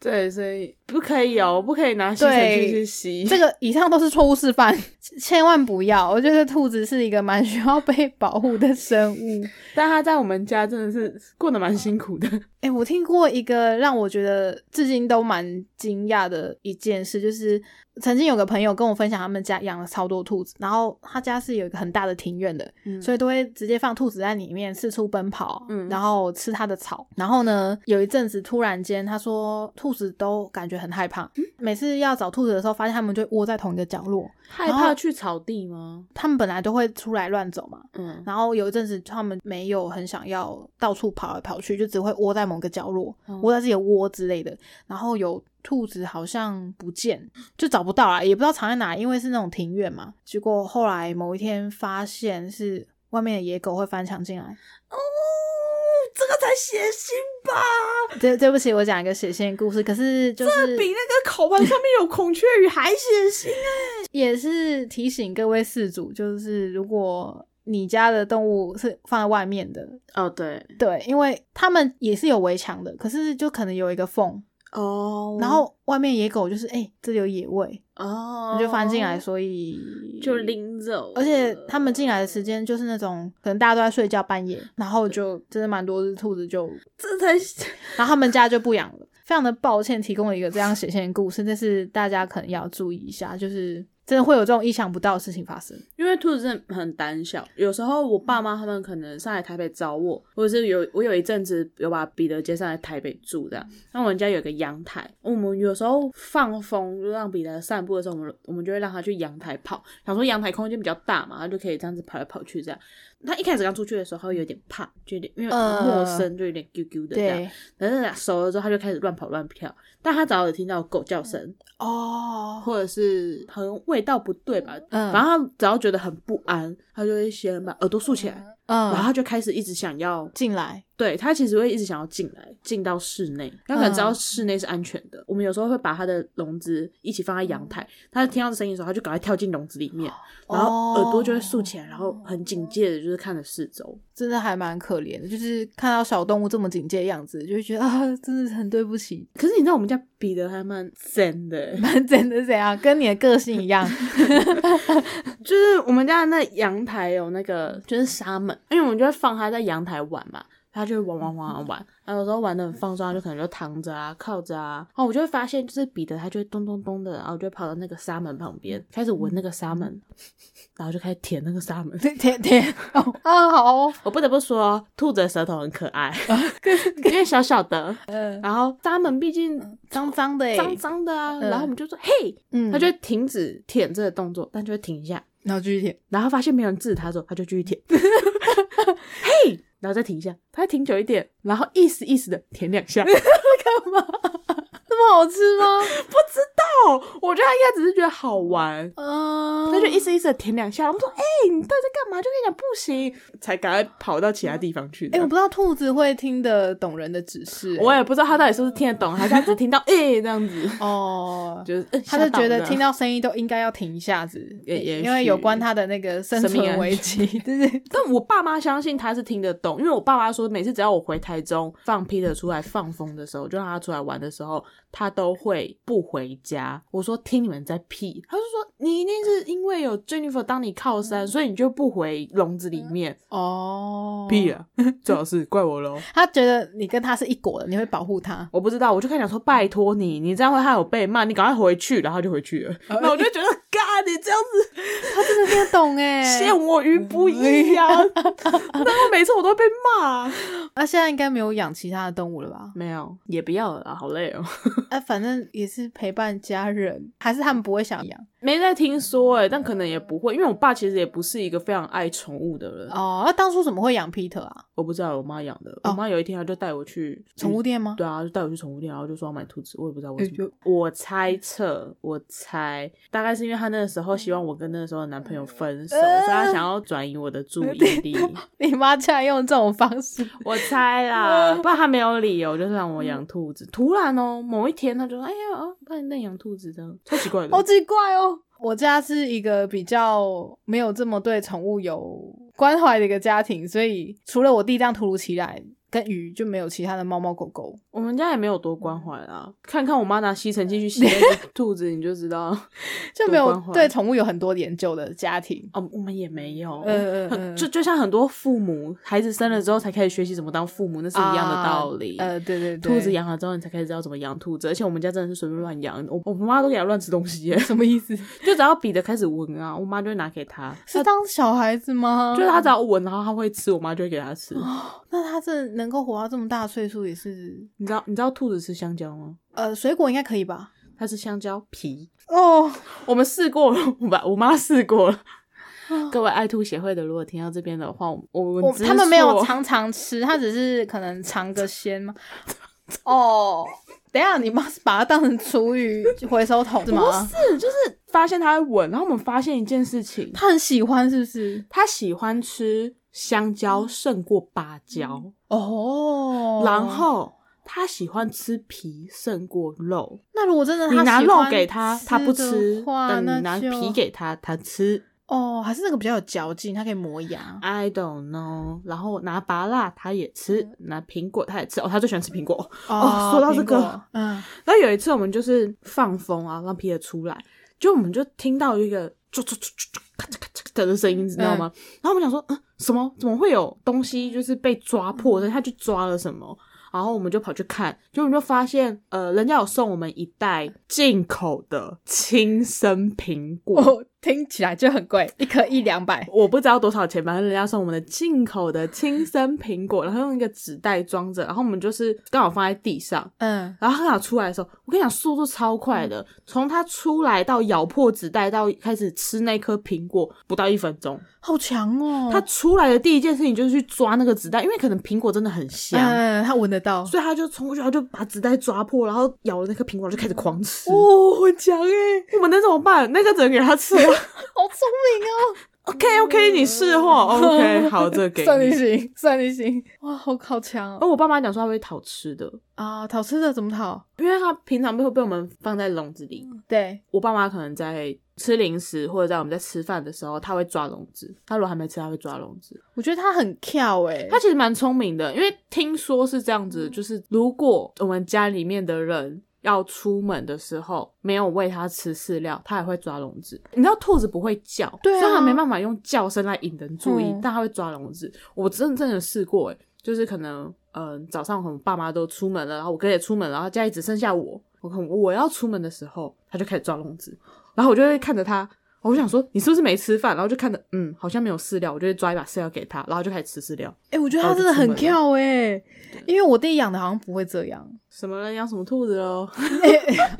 [SPEAKER 1] 对，所以不可以哦，不可以拿吸尘器去吸。
[SPEAKER 2] 这个以上都是错误示范，千万不要。我觉得兔子是一个蛮需要被保护的生物。
[SPEAKER 1] 但他在我们家真的是过得蛮辛苦的。
[SPEAKER 2] 哎、我听过一个让我觉得至今都蛮惊讶的一件事，就是曾经有个朋友跟我分享，他们家养了超多兔子，然后他家是有一个很大的庭院的，所以都会直接放兔子在里面四处奔跑，
[SPEAKER 1] 嗯
[SPEAKER 2] 然后吃它的草。然后呢，有一阵子突然间，他说兔子都感觉很害怕，每次要找兔子的时候，发现它们就窝在同一个角落，
[SPEAKER 1] 害怕去草地吗？
[SPEAKER 2] 它们本来都会出来乱走嘛，
[SPEAKER 1] 嗯
[SPEAKER 2] 然后有一阵子他们没有很想要到处跑来跑去，就只会窝在某个角落，
[SPEAKER 1] 嗯
[SPEAKER 2] 窝在自己的窝之类的。然后有兔子好像不见，就找不到啦，也不知道藏在哪，因为是那种庭院嘛。结果后来某一天发现是外面的野狗会翻墙进来。 [LAUGHS]
[SPEAKER 1] 哦，这个才血腥吧？
[SPEAKER 2] 对，对不起，我讲一个血腥的故事，可是就是
[SPEAKER 1] 比那个烤盘上面有孔雀羽还血腥啊！
[SPEAKER 2] 也是提醒各位饲主，就是如果你家的动物是放在外面的，
[SPEAKER 1] 哦，对，
[SPEAKER 2] 对，因为他们也是有围墙的，可是就可能有一个缝。
[SPEAKER 1] 哦
[SPEAKER 2] 然后外面野狗就是哎、这里有野味，
[SPEAKER 1] 哦
[SPEAKER 2] 它就翻进来，所以
[SPEAKER 1] 就。拎走。
[SPEAKER 2] 而且他们进来的时，间就是那种可能大家都在睡觉，半夜，然后就真的蛮多只兔子就，
[SPEAKER 1] 这才
[SPEAKER 2] 然后他们家就不养了。非常的抱歉，提供了一个这样血腥的故事，但是大家可能要注意一下，就是真的会有这种意想不到的事情发生。
[SPEAKER 1] 因为兔子真的很胆小，有时候我爸妈他们可能上来台北找我，或者是有我有一阵子有把彼得接上来台北住这样。那我们家有个阳台，我们有时候放风就让彼得散步的时候，我们我们就会让他去阳台跑，想说阳台空间比较大嘛，他就可以这样子跑来跑去这样。他一开始刚出去的时候，他会有点怕，就有点因为
[SPEAKER 2] 呃
[SPEAKER 1] 陌生，就有点啾啾的这样。
[SPEAKER 2] 对，
[SPEAKER 1] 但是熟了之后，他就开始乱跑乱跳。但他只要有听到狗叫声，
[SPEAKER 2] 哦，
[SPEAKER 1] 或者是好像味道不对吧，
[SPEAKER 2] 嗯，
[SPEAKER 1] 然后他只要觉得很不安，他就会先把耳朵竖起来，然后
[SPEAKER 2] 嗯，
[SPEAKER 1] 他就开始一直想要，
[SPEAKER 2] 进来，
[SPEAKER 1] 对他其实会一直想要进来，进到室内。他可能知
[SPEAKER 2] 嗯
[SPEAKER 1] 道室内是安全的。我们有时候会把他的笼子一起放在
[SPEAKER 2] 嗯
[SPEAKER 1] 阳台，他听到声音的时候，他就赶快跳进笼子里
[SPEAKER 2] 哦
[SPEAKER 1] 面，然后耳朵就会竖起来，然后很警戒的就是看着四周。
[SPEAKER 2] 真的还蛮可怜的，就是看到小动物这么警戒的样子，就会觉得啊，真的是很对不起
[SPEAKER 1] 可是你知道我们家彼得还蛮真的，
[SPEAKER 2] 蛮 [LAUGHS] 真的怎样，跟你的个性一 [LAUGHS] 样。
[SPEAKER 1] 就是我们家的那阳台有那个就是纱门，因为我们就会放它在阳台玩嘛，它就会玩玩玩玩玩，然后有时候玩的很放松，它就可能就躺着啊、靠着啊，然后我就会发现就是彼得它就会咚咚咚的，然后就会跑到那个纱门旁边，开始闻那个纱
[SPEAKER 2] [LAUGHS]
[SPEAKER 1] 门，然后就开始舔那个纱门。
[SPEAKER 2] 对对对，哦啊好哦，
[SPEAKER 1] 我不得不说，兔子的舌头很可
[SPEAKER 2] [LAUGHS]
[SPEAKER 1] 爱，因为小小的，
[SPEAKER 2] 嗯，
[SPEAKER 1] 然后纱门毕竟
[SPEAKER 2] 脏脏的欸
[SPEAKER 1] 脏脏的啊，
[SPEAKER 2] 嗯
[SPEAKER 1] 然后我们就说嘿，
[SPEAKER 2] 嗯，
[SPEAKER 1] 它就会停止舔这个动作，但就会停一下。
[SPEAKER 2] 然后继续舔，
[SPEAKER 1] 然后发现没有人治他之后，他就继续 [LAUGHS] 舔，嘿，然后再停一下，他再停久一点，然后意思意 [LAUGHS] 思的舔两下。
[SPEAKER 2] [LAUGHS] 那么好吃吗？
[SPEAKER 1] 哦，我我觉得他应该只是觉得好玩，
[SPEAKER 2] 嗯，
[SPEAKER 1] 他就一次一次的舔两下。我们说，哎、你到底在干嘛？就跟你讲不行，才赶快跑到其他地方去。
[SPEAKER 2] 哎、我不知道兔子会听得懂人的指示、欸
[SPEAKER 1] 我也不知道他到底是不是听得懂，还是他只听到哎、这样子，[LAUGHS]
[SPEAKER 2] 哦，
[SPEAKER 1] 就是、呃
[SPEAKER 2] 他就觉得听
[SPEAKER 1] 到
[SPEAKER 2] 到声音都应该要停一下子，
[SPEAKER 1] 也也
[SPEAKER 2] 因为
[SPEAKER 1] 许
[SPEAKER 2] 有关他的那个生
[SPEAKER 1] 生命
[SPEAKER 2] 存
[SPEAKER 1] 安
[SPEAKER 2] 危机，就是
[SPEAKER 1] 这
[SPEAKER 2] [LAUGHS]
[SPEAKER 1] 样。但我爸妈相信他是听得懂，因为我爸妈说，每次只要我回台中放 Peter 出来放风的时候，就让他出来玩的时候，他都会不回家。我说听你们在屁，他就说你一定是因为有 Jennifer 当你靠山，所以你就不回笼子里面。
[SPEAKER 2] 哦，
[SPEAKER 1] 屁啊， [LAUGHS] 最好是怪我喽。
[SPEAKER 2] 他觉得你跟他是一国的，你会保护他。
[SPEAKER 1] 我不知道，我就跟他讲说，拜托你，你这样会害我被骂，你赶快回去，然后他就回去了。
[SPEAKER 2] 呃
[SPEAKER 1] 那我就觉得，嘎，你这样子
[SPEAKER 2] 他真的听得懂哎 [LAUGHS]
[SPEAKER 1] 陷我于不义呀、啊！ [LAUGHS] 然后每次我都被骂、
[SPEAKER 2] 那现在应该没有养其他的动物了吧？
[SPEAKER 1] 没有，也不要了啦，好累哦。
[SPEAKER 2] 哎、反正也是陪伴家人，还是他们不会想养
[SPEAKER 1] 没在听说
[SPEAKER 2] 嗯
[SPEAKER 1] 哎、但可能也不会，因为我爸其实也不是一个非常爱宠物的人。
[SPEAKER 2] 哦。那当初怎么会养 Peter 啊？
[SPEAKER 1] 我不知道我妈养的，
[SPEAKER 2] 哦
[SPEAKER 1] 我妈有一天她就带我去
[SPEAKER 2] 宠物。店吗？
[SPEAKER 1] 对啊，就带我去宠物店，然后就说要买兔子，我也不知道为什
[SPEAKER 2] 哎
[SPEAKER 1] 么。我猜测，我猜大概是因为她那个时候希望我跟那个时候的男朋友分手，
[SPEAKER 2] 呃
[SPEAKER 1] 所以她想要转移我的注意
[SPEAKER 2] [LAUGHS]
[SPEAKER 1] 力。
[SPEAKER 2] 你妈竟然用这种方式，
[SPEAKER 1] 我猜
[SPEAKER 2] 嗯
[SPEAKER 1] 啦，不然他没有理由，就是让我养兔子。突然哦、某一天他就说：“哎呀，啊，不然你养兔子这样，超奇怪的。
[SPEAKER 2] 好奇怪哦。我家是一个比较没有这么对宠物有关怀的一个家庭，所以除了我弟这样突如其来跟鱼，就没有其他的猫猫狗狗。
[SPEAKER 1] 我们家也没有多关怀啦，看看我妈拿吸尘器去吸那个兔子，你就知道。 [LAUGHS]
[SPEAKER 2] 就没
[SPEAKER 1] 多
[SPEAKER 2] 有
[SPEAKER 1] 关怀
[SPEAKER 2] 对宠物有很多研究的家庭。
[SPEAKER 1] 哦，我们也没有，
[SPEAKER 2] 嗯嗯嗯
[SPEAKER 1] 很就就像很多父母孩子生了之后才开始学习怎么当父母，那是一样的道理。
[SPEAKER 2] 啊呃，对对对，
[SPEAKER 1] 兔子养了之后，你才开始知道怎么养兔子，而且我们家真的是随便乱养，我我妈都给它乱吃东西耶，
[SPEAKER 2] 什么意思？
[SPEAKER 1] [LAUGHS] 就只要彼得开始闻啊，我妈就会拿给他，
[SPEAKER 2] 是当小孩子吗？
[SPEAKER 1] 就是他只要闻，然后他会吃，我妈就会给他吃。 [GASPS]
[SPEAKER 2] 那他这能够活到这么大岁数，也是
[SPEAKER 1] 你知道你知道兔子吃香蕉吗？
[SPEAKER 2] 呃，水果应该可以吧？
[SPEAKER 1] 它吃香蕉皮。
[SPEAKER 2] 哦，
[SPEAKER 1] 我们试过了，我把我 [LAUGHS] 妈试过了。各位爱兔协会的，如果听到这边的话，我我
[SPEAKER 2] 啊
[SPEAKER 1] 们
[SPEAKER 2] 我
[SPEAKER 1] 知
[SPEAKER 2] 他们没有
[SPEAKER 1] 错
[SPEAKER 2] 常常吃，他只是可能尝个
[SPEAKER 1] [LAUGHS]
[SPEAKER 2] 鲜吗？哦，等一下你妈是把它当成厨余回收桶是
[SPEAKER 1] 不
[SPEAKER 2] 吗？
[SPEAKER 1] 是，就是发现它会闻，然后我们发现一件事情，
[SPEAKER 2] 他很喜欢是不是？
[SPEAKER 1] 它喜欢吃香蕉胜过芭
[SPEAKER 2] 嗯
[SPEAKER 1] 蕉，
[SPEAKER 2] 哦，
[SPEAKER 1] 然后。它喜欢吃皮胜过肉，
[SPEAKER 2] 那如果真的
[SPEAKER 1] 你
[SPEAKER 2] 它
[SPEAKER 1] 拿
[SPEAKER 2] 喜
[SPEAKER 1] 肉
[SPEAKER 2] 欢
[SPEAKER 1] 给它，它不吃
[SPEAKER 2] 的；话
[SPEAKER 1] 但
[SPEAKER 2] 那
[SPEAKER 1] 你拿
[SPEAKER 2] 就
[SPEAKER 1] 皮给它，它吃。
[SPEAKER 2] 哦，还是那个比较有嚼劲，它可以磨牙。
[SPEAKER 1] I don't know。然后拿芭辣它也吃，
[SPEAKER 2] 嗯
[SPEAKER 1] 拿苹果它也吃。哦，它最喜欢吃苹果。哦说到这个
[SPEAKER 2] 苹果嗯，
[SPEAKER 1] 然后有一次我们就是放风啊，让皮特出来，就我们就听到一个啾啾啾啾啾咔嚓咔嚓咔嚓的声音，你知道吗？然后我们想说，嗯，什么？怎么会有东西就是被抓破的？他去抓了什么？然后我们就跑去看，结果我们就发现，呃，人家有送我们一袋进口的青生苹果。
[SPEAKER 2] 哦，听起来就很贵，一颗一两百。
[SPEAKER 1] 我不知道多少钱，反正人家送我们的进口的青生苹果，然后用一个纸袋装着，然后我们就是刚好放在地上，
[SPEAKER 2] 嗯，
[SPEAKER 1] 然后他俩出来的时候，我跟你讲速度超快的，从他出来到咬破纸袋到开始吃那颗苹果，不到一分钟。
[SPEAKER 2] 好强哦
[SPEAKER 1] 他出来的第一件事情就是去抓那个纸袋，因为可能苹果真的很香，
[SPEAKER 2] 嗯，他闻得到。
[SPEAKER 1] 所以他就冲过去，他就把纸袋抓破，然后咬了那颗苹果，就开始狂吃。
[SPEAKER 2] 哦，很强哎，
[SPEAKER 1] 我们能怎么办？那个只能给他吃。[LAUGHS]
[SPEAKER 2] 嗯好聪明哦。
[SPEAKER 1] OK OK，你是货
[SPEAKER 2] [LAUGHS]
[SPEAKER 1] OK，好，这个给
[SPEAKER 2] 嗯算你
[SPEAKER 1] 你。
[SPEAKER 2] 行，算你行。哇，好好强哦！
[SPEAKER 1] 而我爸妈讲说他会讨吃的，
[SPEAKER 2] 啊，讨吃的怎么讨？
[SPEAKER 1] 因为他平常会被我们放在笼子里，
[SPEAKER 2] 对，
[SPEAKER 1] 我爸妈可能在吃零食或者在我们在吃饭的时候，他会抓笼子。他如果还没吃，他会抓笼子。
[SPEAKER 2] 我觉得他很跳哎，
[SPEAKER 1] 他其实蛮聪明的，因为听说是这样子，
[SPEAKER 2] 嗯
[SPEAKER 1] 就是如果呃我们家里面的人要出门的时候没有喂它吃饲料，它也会抓笼子。你知道兔子不会叫，
[SPEAKER 2] 对啊
[SPEAKER 1] 所以它没办法用叫声来引人注意，
[SPEAKER 2] 嗯
[SPEAKER 1] 但它会抓笼子。我真的真的试过、欸，就是可能嗯、呃早上我们爸妈都出门了，然后我哥也出门了，然后家里只剩下我，我可能我要出门的时候，它就开始抓笼子，然后我就会看着它。我就想说，你是不是没吃饭？然后就看着，嗯，好像没有饲料，我就会抓一把饲料给它，然后就开始吃饲料。
[SPEAKER 2] 哎，我觉得他真的很跳哎，因为我弟养的好像不会这样。
[SPEAKER 1] 什么人养什么兔子 [LAUGHS] 喽？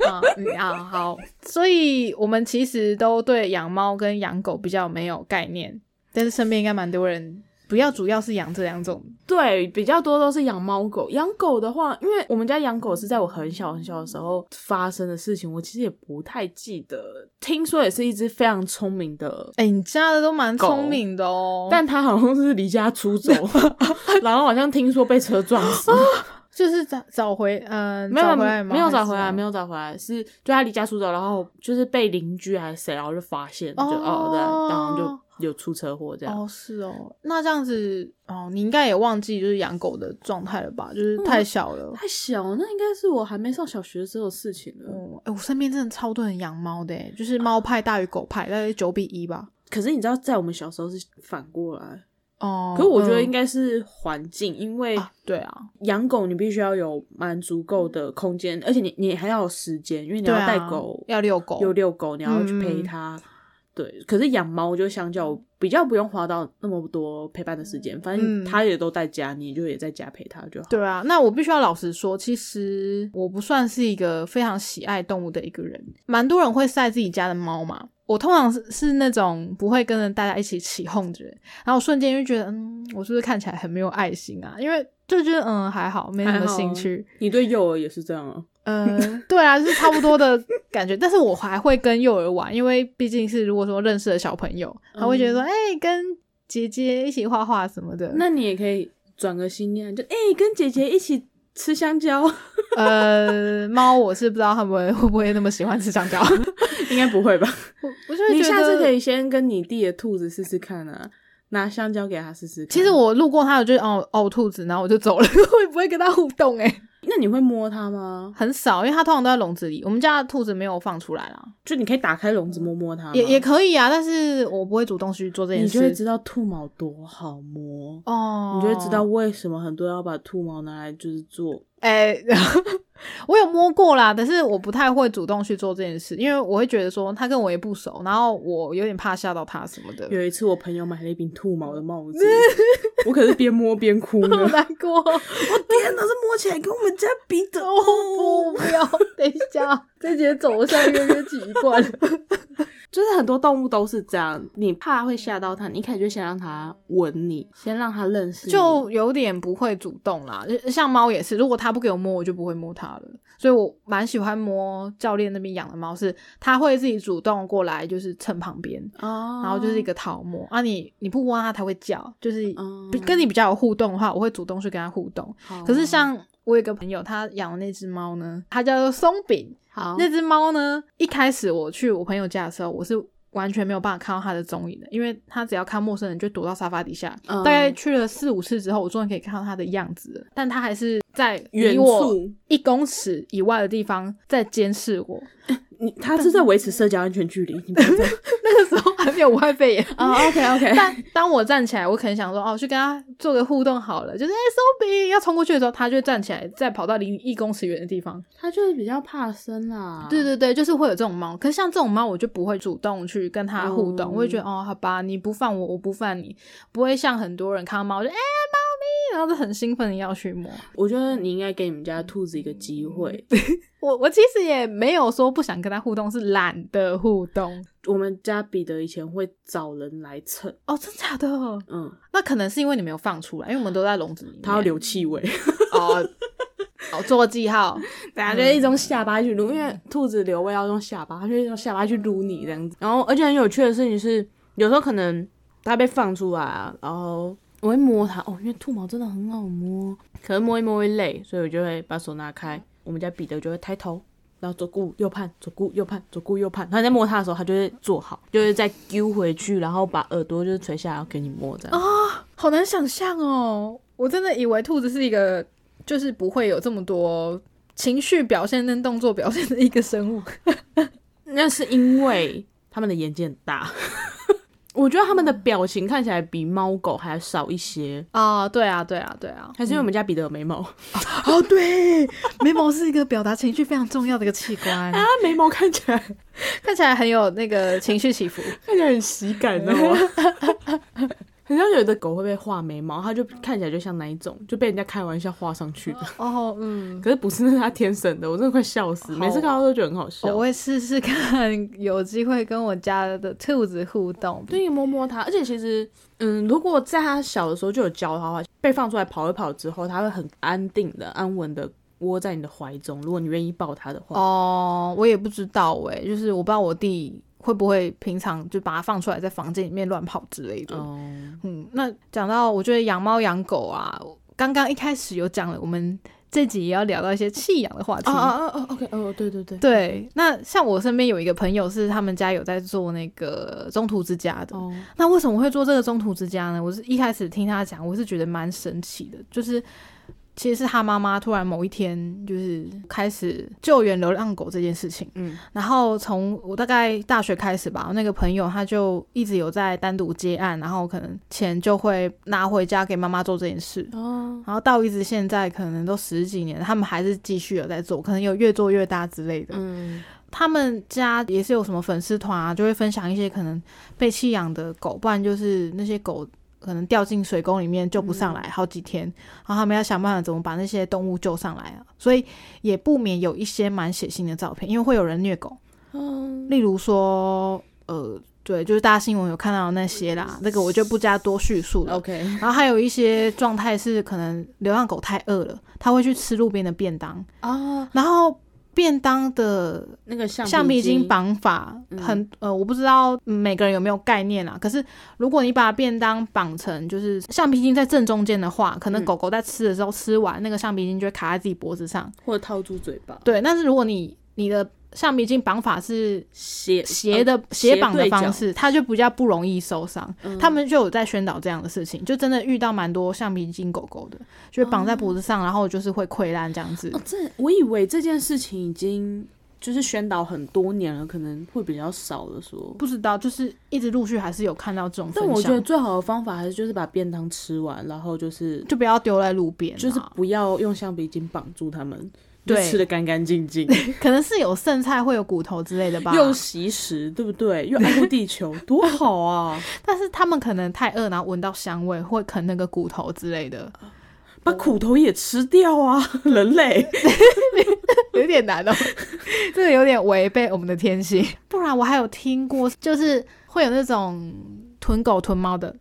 [SPEAKER 2] 啊嗯啊，好，所以我们其实都对养猫跟养狗比较没有概念，但是身边应该蛮多人不不要主要是养这两种，
[SPEAKER 1] 对，比较多都是养猫狗。养狗的话，因为我们家养狗是在我很小很小的时候发生的事情，我其实也不太记得。听说也是一只非常聪明的，
[SPEAKER 2] 哎、你家的都蛮聪明的哦，
[SPEAKER 1] 但它好像是离家出走， [LAUGHS] 然后好像听说被车撞 [LAUGHS] 死，
[SPEAKER 2] 就是找找回，嗯、
[SPEAKER 1] 没有
[SPEAKER 2] 找回来吗？
[SPEAKER 1] 没有找回来，没
[SPEAKER 2] 有。
[SPEAKER 1] 有找回来，是就它离家出走，然后就是被邻居还是谁，然后就发现，就哦对，然后
[SPEAKER 2] 哦
[SPEAKER 1] 就有出车祸这样。
[SPEAKER 2] 哦，是哦，那这样子哦，你应该也忘记就是养狗的状态了吧？就是
[SPEAKER 1] 嗯
[SPEAKER 2] 太小了。
[SPEAKER 1] 太小，那应该是我还没上小学的时候的事情了。
[SPEAKER 2] 哦，哎、我身边真的超多人养猫的，哎就是猫派大于狗派，大概九比一吧。
[SPEAKER 1] 可是你知道，在我们小时候是反过来，
[SPEAKER 2] 哦，
[SPEAKER 1] 可是我觉得
[SPEAKER 2] 嗯
[SPEAKER 1] 应该是环境，因为
[SPEAKER 2] 啊，对啊，
[SPEAKER 1] 养狗你必须要有蛮足够的空间，而且你你还要有时间，因为你
[SPEAKER 2] 对
[SPEAKER 1] 要
[SPEAKER 2] 啊
[SPEAKER 1] 带狗，
[SPEAKER 2] 要遛狗，
[SPEAKER 1] 又遛狗，你要去陪
[SPEAKER 2] 嗯
[SPEAKER 1] 它。对，可是养猫就相较比较不用花到那么多陪伴的时间，反正
[SPEAKER 2] 嗯
[SPEAKER 1] 它也都在家，你就也在家陪它就好。
[SPEAKER 2] 对啊，那我必须要老实说，其实我不算是一个非常喜爱动物的一个人，蛮多人会晒自己家的猫嘛。我通常是是那种不会跟着大家一起起哄的人，然后瞬间就觉得，嗯，我是不是看起来很没有爱心啊？因为就觉得，嗯，还好，没什
[SPEAKER 1] 还
[SPEAKER 2] 么
[SPEAKER 1] 好
[SPEAKER 2] 兴趣。
[SPEAKER 1] 你对幼儿也是这样啊？
[SPEAKER 2] 嗯，对啊，就是差不多的感觉。但是我还会跟幼儿玩，因为毕竟是如果说认识的小朋友，他会觉
[SPEAKER 1] 嗯
[SPEAKER 2] 得说，哎、跟姐姐一起画画什么的。
[SPEAKER 1] 那你也可以转个心念，就哎、欸跟姐姐一起吃香蕉，
[SPEAKER 2] 呃，猫我是不知道它们会不会那么喜欢
[SPEAKER 1] [LAUGHS]
[SPEAKER 2] 吃香蕉，我
[SPEAKER 1] [LAUGHS] 应该不会吧？
[SPEAKER 2] 我就会
[SPEAKER 1] 你
[SPEAKER 2] 觉得
[SPEAKER 1] 下次可。以先跟你弟的兔子试试看啊，拿香蕉给他试试看。
[SPEAKER 2] 其实，我路过它，我就哦哦兔子，然后我就走了， [LAUGHS] 我也不会跟它互动哎、
[SPEAKER 1] 那你会摸它吗？
[SPEAKER 2] 很少，因为它通常都在笼子里。我们家的兔子没有放出来啦，
[SPEAKER 1] 就你可以打开笼子摸摸它吗，
[SPEAKER 2] 也也可以啊，但是我不会主动去做这件
[SPEAKER 1] 你就会
[SPEAKER 2] 事。
[SPEAKER 1] 知道兔毛多好摸，
[SPEAKER 2] 哦，
[SPEAKER 1] 你就会知道为什么很多人要把兔毛拿来就是做。
[SPEAKER 2] 哎、 [LAUGHS] 我有摸过啦，但是我不太会主动去做这件事，因为我会觉得说它跟我也不熟，然后我有点怕吓到它什么的， [LAUGHS]
[SPEAKER 1] 有一次我朋友买了一顶兔毛的帽子，我可是边摸边哭呢。
[SPEAKER 2] [LAUGHS] 好难
[SPEAKER 1] [LAUGHS]
[SPEAKER 2] 过。啊
[SPEAKER 1] 天哪，这摸起来跟我们家比的
[SPEAKER 2] 不不要，等一
[SPEAKER 1] [LAUGHS]
[SPEAKER 2] 下，这节走向 [LAUGHS] 越来越奇怪了。
[SPEAKER 1] 就是很多动物都是这样，你怕会吓到它，你一开始就先让它闻你，先让它认识你，
[SPEAKER 2] 就有点不会主动啦，就像猫也是，如果它不给我摸，我就不会摸它了。所以我蛮喜欢摸教练那边养的猫，是它会自己主动过来，就是蹭旁边，
[SPEAKER 1] 哦，
[SPEAKER 2] 然后就是一个讨摸啊你。你不摸它，它会叫，就是
[SPEAKER 1] 嗯
[SPEAKER 2] 比跟你比较有互动的话，我会主动去跟它互动。
[SPEAKER 1] 好。啊
[SPEAKER 2] 可是像我有一个朋友，他养的那只猫呢，它叫做松饼，
[SPEAKER 1] 好
[SPEAKER 2] 那只猫呢，一开始我去我朋友家的时候，我是完全没有办法看到它的踪影的，因为它只要看陌生人就躲到沙发底下。
[SPEAKER 1] 嗯
[SPEAKER 2] 大概去了四五次之后，我终于可以看到它的样子了，但它还是在
[SPEAKER 1] 远
[SPEAKER 2] 离我
[SPEAKER 1] 处，
[SPEAKER 2] 一公尺以外的地方在监视我。 [LAUGHS]
[SPEAKER 1] 你他是在维持社交安全距离。你不要这样
[SPEAKER 2] 那个时候还没有武汉肺炎。
[SPEAKER 1] [LAUGHS] 哦，OK，OK、o k OK，
[SPEAKER 2] 但当我站起来，我可能想说，哦，去跟它做个互动好了，就是哎，松、饼要冲过去的时候，它就会站起来，再跑到离一公尺远的地方。
[SPEAKER 1] 他就是比较怕生啦。
[SPEAKER 2] 对对对，就是会有这种猫。可是像这种猫，我就不会主动去跟它互动，
[SPEAKER 1] 哦
[SPEAKER 2] 我会觉得哦，好吧，你不犯我，我不犯你，不会像很多人看到猫就哎、猫咪，然后就很兴奋的要去摸。
[SPEAKER 1] 我觉得你应该给你们家兔子一个机 [LAUGHS] 会。
[SPEAKER 2] 我我其实也没有说不想跟它互动，是懒得互动。
[SPEAKER 1] 我们家彼得以前会找人来蹭，
[SPEAKER 2] 哦，真假的？
[SPEAKER 1] 嗯，
[SPEAKER 2] 那可能是因为你没有放出来，因为我们都在笼子里面。
[SPEAKER 1] 他要留气味，
[SPEAKER 2] 哦，哦，做记号。
[SPEAKER 1] 大家就一直用下巴去撸，因为兔子留味要用下巴，它就用下巴去撸你这样子。然后，而且很有趣的事情是，有时候可能它被放出来啊，然后我会摸它，哦，因为兔毛真的很好摸，可能摸一摸会累，所以我就会把手拿开，我们家彼得就会抬头。然后左顾右盼，左顾右盼，左顾右盼。他在摸它的时候，他就会坐好，就是再丢回去，然后把耳朵就是垂下来，然后给你摸这样。
[SPEAKER 2] [LAUGHS] 好难想象哦！我真的以为兔子是一个，就是不会有这么多情绪表现跟动作表现的一个生物。
[SPEAKER 1] 那是因为他们的眼睛很大， [LAUGHS] 我觉得他们的表情看起来比猫狗还少一些，
[SPEAKER 2] 啊、对啊，对啊，对啊，
[SPEAKER 1] 还是因为我们家彼得有眉毛，
[SPEAKER 2] [LAUGHS] 哦，对，眉毛是一个表达情绪非常重要的一个器 [LAUGHS] 官，
[SPEAKER 1] 他眉毛看起来
[SPEAKER 2] 看起来很有那个情绪起伏。
[SPEAKER 1] 看起来很喜感，你知道吗？ [LAUGHS] 很像有的狗会被画眉毛，它就看起来就像那一种，就被人家开玩笑画上去的。
[SPEAKER 2] 哦，嗯，
[SPEAKER 1] 可是不是那是它天生的，我真的快笑死，
[SPEAKER 2] 好
[SPEAKER 1] 每次看到都觉得很好笑
[SPEAKER 2] 我。会试试看，有机会跟我家的兔子互动。
[SPEAKER 1] 对，摸摸它，而且其实，嗯，如果在它小的时候就有教它的话，被放出来跑一跑之后，它会很安定的、安稳的窝在你的怀中。如果你愿意抱它的话，
[SPEAKER 2] 哦，我也不知道哎、就是我不知道我弟会不会平常就把它放出来在房间里面乱跑之类的。
[SPEAKER 1] 哦，
[SPEAKER 2] 嗯，那讲到我觉得养猫养狗啊，刚刚一开始有讲了，我们这集也要聊到一些弃养的话题。
[SPEAKER 1] 啊啊啊！OK，哦，对对对，
[SPEAKER 2] 哦对，那像我身边有一个朋友是他们家有在做那个中途之家的，
[SPEAKER 1] 哦，
[SPEAKER 2] 那为什么会做这个中途之家呢？我是一开始听他讲，我是觉得蛮神奇的，就是其实是他妈妈突然某一天就是开始救援流浪狗这件事情，
[SPEAKER 1] 嗯，
[SPEAKER 2] 然后从我大概大学开始吧，我那个朋友他就一直有在单独接案，然后可能钱就会拿回家给妈妈做这件事。
[SPEAKER 1] 哦，
[SPEAKER 2] 然后到一直现在可能都十几年了，他们还是继续有在做，可能有越做越大之类的。
[SPEAKER 1] 嗯，
[SPEAKER 2] 他们家也是有什么粉丝团啊，就会分享一些可能被弃养的狗，不然就是那些狗可能掉进水沟里面救不上来好几天，然后他们要想办法怎么把那些动物救上来啊。所以也不免有一些蛮血腥的照片，因为会有人虐狗，
[SPEAKER 1] 嗯，
[SPEAKER 2] 例如说，呃，对，就是大家新闻有看到的那些啦，那个我就不加多叙述了。
[SPEAKER 1] OK，
[SPEAKER 2] 然后还有一些状态是可能流浪狗太饿了，它会去吃路边的便当，
[SPEAKER 1] 啊，
[SPEAKER 2] 然后便当的
[SPEAKER 1] 那个橡
[SPEAKER 2] 哦橡皮筋
[SPEAKER 1] 筋，
[SPEAKER 2] 绑法
[SPEAKER 1] 嗯
[SPEAKER 2] 很、呃，我不知道嗯每个人有没有概念啊啦。可是如果你把便当绑成就是橡皮筋在正中间的话，可能
[SPEAKER 1] 嗯
[SPEAKER 2] 狗狗在吃的时候吃完那个橡皮筋就会卡在自己脖子上。
[SPEAKER 1] 或者套住嘴巴，
[SPEAKER 2] 对，但是如果你你的橡皮筋绑法是
[SPEAKER 1] 斜
[SPEAKER 2] 斜
[SPEAKER 1] 的，
[SPEAKER 2] 的、斜绑的
[SPEAKER 1] 呃斜对角
[SPEAKER 2] 方式，它就比较不容易受伤。
[SPEAKER 1] 嗯
[SPEAKER 2] 他们就有在宣导这样的事情，就真的遇到蛮多橡皮筋狗狗的，就绑在脖子上，然后就是会溃烂这样子。
[SPEAKER 1] 哦，这我以为这件事情已经就是宣导很多年了，可能会比较少的说。
[SPEAKER 2] 不知道，就是一直陆续还是有看到这种分
[SPEAKER 1] 但
[SPEAKER 2] 享。
[SPEAKER 1] 我觉得最好的方法还是就是把便当吃完，然后就是
[SPEAKER 2] 就不要丢在路边啊、
[SPEAKER 1] 就是不要用橡皮筋绑住它们，就
[SPEAKER 2] 对
[SPEAKER 1] 吃的干干净 [LAUGHS] 净，
[SPEAKER 2] 可能是有剩菜会有骨头之类的吧。
[SPEAKER 1] 又惜食，对不对？又爱护地 [LAUGHS] 球，多好 [LAUGHS] 啊！
[SPEAKER 2] 但是他们可能太饿，然后闻到香味会啃那个骨头之类的，
[SPEAKER 1] 把苦头也吃掉啊， [LAUGHS] 人类。
[SPEAKER 2] [LAUGHS] 有点 [LAUGHS] 难哦，这个有点违背我们的天性。不然我还有听过，就是会有那种囤狗囤猫的，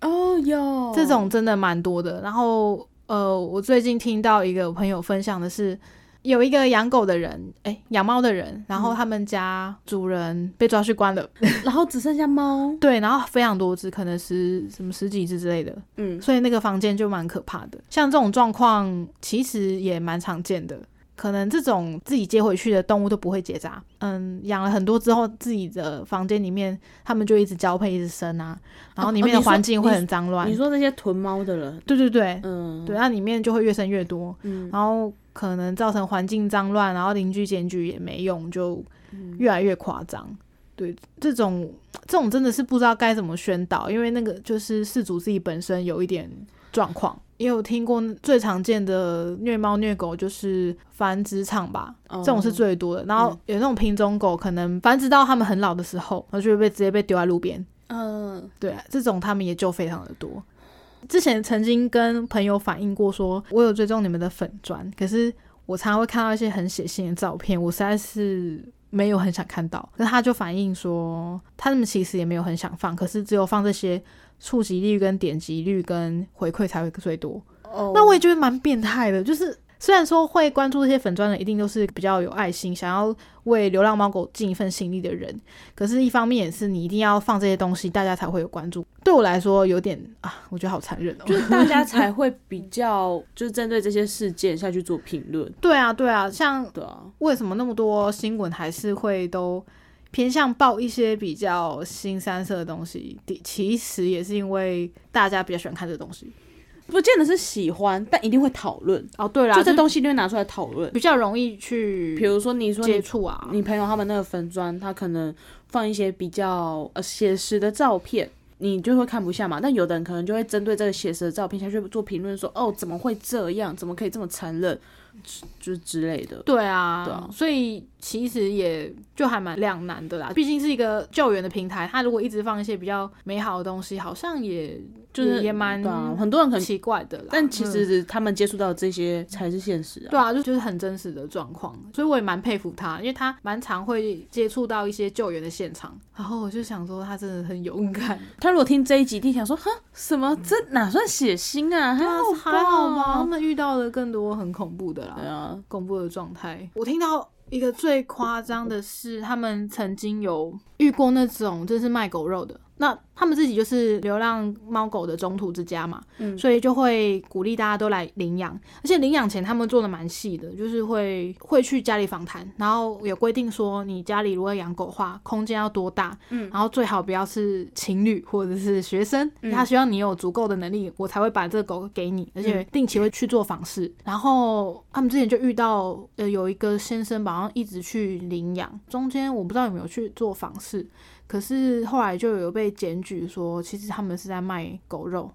[SPEAKER 1] 哦哟，
[SPEAKER 2] 这种真的蛮多的。然后呃，我最近听到一个朋友分享的是。有一个养狗的人，哎、养猫的人，然后他们家主人被抓去关了，
[SPEAKER 1] 然后只剩下猫，
[SPEAKER 2] 对，然后非常多只，可能十什么十几只之类的，
[SPEAKER 1] 嗯，
[SPEAKER 2] 所以那个房间就蛮可怕的。像这种状况，其实也蛮常见的。可能这种自己接回去的动物都不会结扎，嗯，养了很多之后，自己的房间里面他们就一直交配，一直生啊，然后里面
[SPEAKER 1] 哦
[SPEAKER 2] 的
[SPEAKER 1] 你说
[SPEAKER 2] 环境会很脏乱。
[SPEAKER 1] 哦你说这些囤猫的人，
[SPEAKER 2] 对对对，
[SPEAKER 1] 嗯，
[SPEAKER 2] 对，那里面就会越生越多，
[SPEAKER 1] 嗯，
[SPEAKER 2] 然后可能造成环境脏乱，然后邻居检举也没用，就
[SPEAKER 1] 嗯
[SPEAKER 2] 越来越夸张。对，这种这种真的是不知道该怎么宣导，因为那个就是事主自己本身有一点状况。也有听过最常见的虐猫虐狗就是繁殖场吧，
[SPEAKER 1] 哦嗯
[SPEAKER 2] 这种是最多的。然后有那种品种狗，可能繁殖到它们很老的时候，然后就会被直接被丢在路边。
[SPEAKER 1] 嗯，
[SPEAKER 2] 对，这种他们也救非常的多。之前曾经跟朋友反映过说，我有追踪你们的粉砖，可是我常常会看到一些很血腥的照片，我实在是没有很想看到。那他就反映说，他们其实也没有很想放，可是只有放这些触及率、跟点击率、跟回馈才会最多。
[SPEAKER 1] 哦
[SPEAKER 2] 那我也觉得蛮变态的，就是虽然说会关注这些粉砖的，一定都是比较有爱心，想要为流浪猫狗尽一份心力的人，可是，一方面也是你一定要放这些东西，大家才会有关注。对啊我来说，有点啊，我觉得好残忍哦。
[SPEAKER 1] [LAUGHS] 就是大家才会比较，就是针对这些事件下去做评论，
[SPEAKER 2] 对啊，对啊，像
[SPEAKER 1] 对啊，
[SPEAKER 2] 为什么那么多新闻还是会都偏向报一些比较新三色的东西？的其实也是因为大家比较喜欢看这个东西。
[SPEAKER 1] 不见得是喜欢，但一定会讨论，
[SPEAKER 2] 哦，对啦，
[SPEAKER 1] 就
[SPEAKER 2] 就
[SPEAKER 1] 这东西一定会拿出来讨论。
[SPEAKER 2] 比较容易
[SPEAKER 1] 比
[SPEAKER 2] 去
[SPEAKER 1] 如说，你说
[SPEAKER 2] 接
[SPEAKER 1] 你
[SPEAKER 2] 触啊。
[SPEAKER 1] 你朋友他们那个粉砖，他可能放一些比较呃写实的照片，你就会看不下嘛。但有的人可能就会针对这个写实的照片下去做评论，说哦，怎么会这样？怎么可以这么残忍？就之类的。
[SPEAKER 2] 对啊，
[SPEAKER 1] 对啊
[SPEAKER 2] 所以其实也就还蛮两难的啦。毕竟是一个救援的平台，它如果一直放一些比较美好的东西，好像也
[SPEAKER 1] 就是
[SPEAKER 2] 也也蛮
[SPEAKER 1] 对啊，很多人可能，
[SPEAKER 2] 奇怪的嗯啦。
[SPEAKER 1] 但其
[SPEAKER 2] 嗯
[SPEAKER 1] 实他们接触到的这些才是现实啊。
[SPEAKER 2] 对啊，就就是很真实的状况，所以我也蛮佩服他，因为他蛮常会接触到一些救援的现场，然后我就想说他真的很勇敢，
[SPEAKER 1] 他如果听这一集，一定想说，哈，什么这哪算血腥啊？还好
[SPEAKER 2] 还好吗？
[SPEAKER 1] 吧
[SPEAKER 2] 他们遇到了更多很恐怖的啦，
[SPEAKER 1] 对啊，
[SPEAKER 2] 恐怖的状态。我听到一个最夸张的是，他们曾经有遇过那种就是卖狗肉的。那他们自己就是流浪猫狗的中途之家嘛，
[SPEAKER 1] 嗯
[SPEAKER 2] 所以就会鼓励大家都来领养，而且领养前他们做的蛮细的，就是会会去家里访谈，然后有规定说你家里如果养狗的话，空间要多大，
[SPEAKER 1] 嗯
[SPEAKER 2] 然后最好不要是情侣或者是学生，
[SPEAKER 1] 嗯
[SPEAKER 2] 他希望你有足够的能力，我才会把这个狗给你，而且
[SPEAKER 1] 嗯
[SPEAKER 2] 定期会去做访视。然后他们之前就遇到呃有一个先生吧，好像一直去领养，中间我不知道有没有去做访视，可是后来就有被检举说，其实他们是在卖狗肉。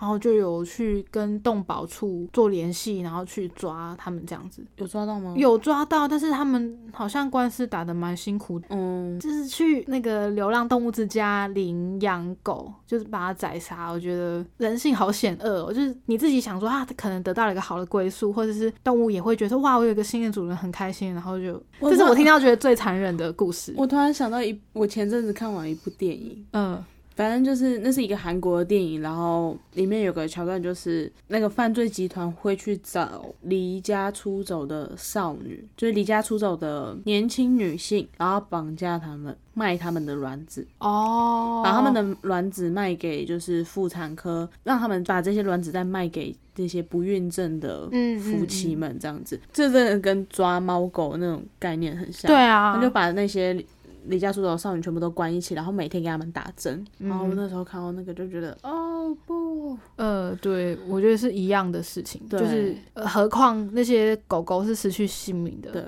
[SPEAKER 2] 然后就有去跟动保处做联系，然后去抓他们这样子，
[SPEAKER 1] 有抓到吗？，
[SPEAKER 2] 有抓到，但是他们好像官司打得蛮辛苦的。
[SPEAKER 1] 嗯，
[SPEAKER 2] 就是去那个流浪动物之家领养狗，就是把它宰杀。我觉得人性好险恶、哦，就是你自己想说啊，可能得到了一个好的归宿，或者是动物也会觉得哇，我有一个新的主人很开心，然后就这是我听到觉得最残忍的故事。
[SPEAKER 1] 我突然想到一，我前阵子看完一部电影，
[SPEAKER 2] 嗯
[SPEAKER 1] 反正就是那是一个韩国的电影，然后里面有个桥段就是那个犯罪集团会去找离家出走的少女，就是离家出走的年轻女性，然后绑架她们，卖她们的卵子，
[SPEAKER 2] 哦，
[SPEAKER 1] 把她们的卵子卖给就是妇产科，让他们把这些卵子再卖给这些不孕症的
[SPEAKER 2] 嗯嗯
[SPEAKER 1] 夫妻们，这样子，这真的跟抓猫狗那种概念很像。
[SPEAKER 2] 对啊，
[SPEAKER 1] 他就把那些离离家出走的少女全部都关一起，然后每天给他们打针。然后我那时候看到那个就觉得，哦不，
[SPEAKER 2] 呃，对，我觉得是一样的事情，就
[SPEAKER 1] 对
[SPEAKER 2] 是、呃何况那些狗狗是失去性命的，
[SPEAKER 1] 对，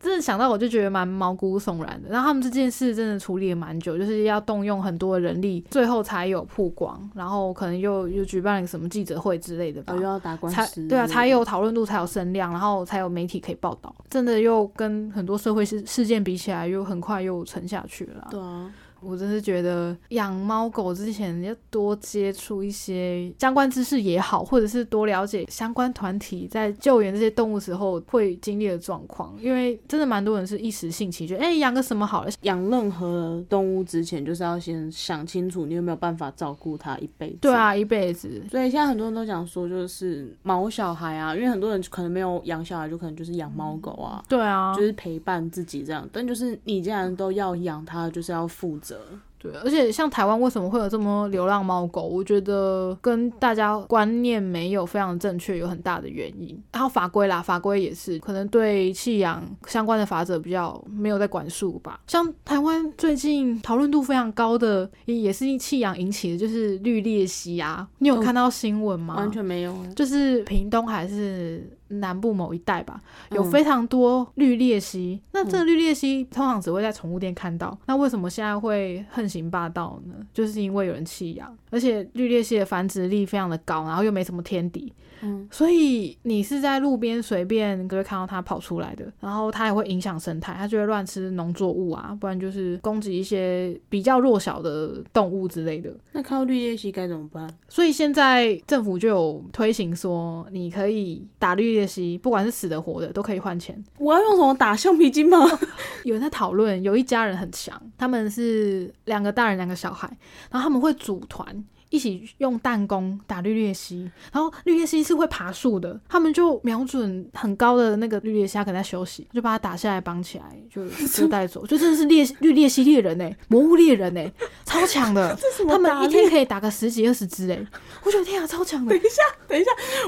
[SPEAKER 2] 真的想到我就觉得蛮毛骨悚然的。然后他们这件事真的处理了蛮久，就是要动用很多人力，最后才有曝光，然后可能又又举办了什么记者会之类的吧
[SPEAKER 1] 哦我又。要打官
[SPEAKER 2] 才
[SPEAKER 1] 司，
[SPEAKER 2] 对啊，才有讨论度，才有声量，然后才有媒体可以报道。真的又跟很多社会事事件比起来，又很快又沉下去了啊。
[SPEAKER 1] 对啊，
[SPEAKER 2] 我真是觉得养猫狗之前要多接触一些相关知识也好，或者是多了解相关团体在救援这些动物时候会经历的状况，因为真的蛮多人是一时兴起，觉得哎养个什么好了，
[SPEAKER 1] 养任何动物之前，就是要先想清楚你有没有办法照顾它一辈子。
[SPEAKER 2] 对。啊，一辈子，
[SPEAKER 1] 所以现在很多人都讲说，就是毛小孩啊，因为很多人可能没有养小孩，就可能就是养猫狗啊，
[SPEAKER 2] 对啊，
[SPEAKER 1] 就是陪伴自己这样。但就是你既然都要养它，就是要负责。
[SPEAKER 2] 对，而且像台湾为什么会有这么多流浪猫狗？我觉得跟大家观念没有非常正确有很大的原因。还有法规啦，法规也是可能对弃养相关的法则比较没有在管束吧。像台湾最近讨论度非常高的，也也是弃养引起的，就是绿鬣蜥啊。你有
[SPEAKER 1] 嗯
[SPEAKER 2] 看到新闻吗？
[SPEAKER 1] 完全没有欸，
[SPEAKER 2] 就是屏东还是南部某一带吧，有
[SPEAKER 1] 嗯
[SPEAKER 2] 非常多绿鬣蜥。那这个绿鬣蜥通常只会在宠物店看
[SPEAKER 1] 嗯
[SPEAKER 2] 到，那为什么现在会横行霸道呢？就是因为有人弃养，而且绿鬣蜥的繁殖力非常的高，然后又没什么天敌，
[SPEAKER 1] 嗯，
[SPEAKER 2] 所以你是在路边随便就会看到它跑出来的，然后它也会影响生态，它就会乱吃农作物啊，不然就是攻击一些比较弱小的动物之类的。
[SPEAKER 1] 那看到绿鬣蜥该怎么办？
[SPEAKER 2] 所以现在政府就有推行说，你可以打绿鬣蜥，不管是死的活的都可以换钱。 [LAUGHS]
[SPEAKER 1] 我要用什么打橡皮筋吗？
[SPEAKER 2] 哦有人在讨论，有一家人很强，他们是两个大人两个小孩，然后他们会组团。一起用弹弓打绿鬣蜥，然后绿鬣蜥是会爬树的，他们就瞄准很高的那个绿鬣蜥，它可能在休息，就把它打下来绑起来，就就带走，就真的是猎绿鬣蜥猎人哎、魔物猎人哎、超强的，他们一天可以打个十几二十只哎、我觉得天啊，超强的，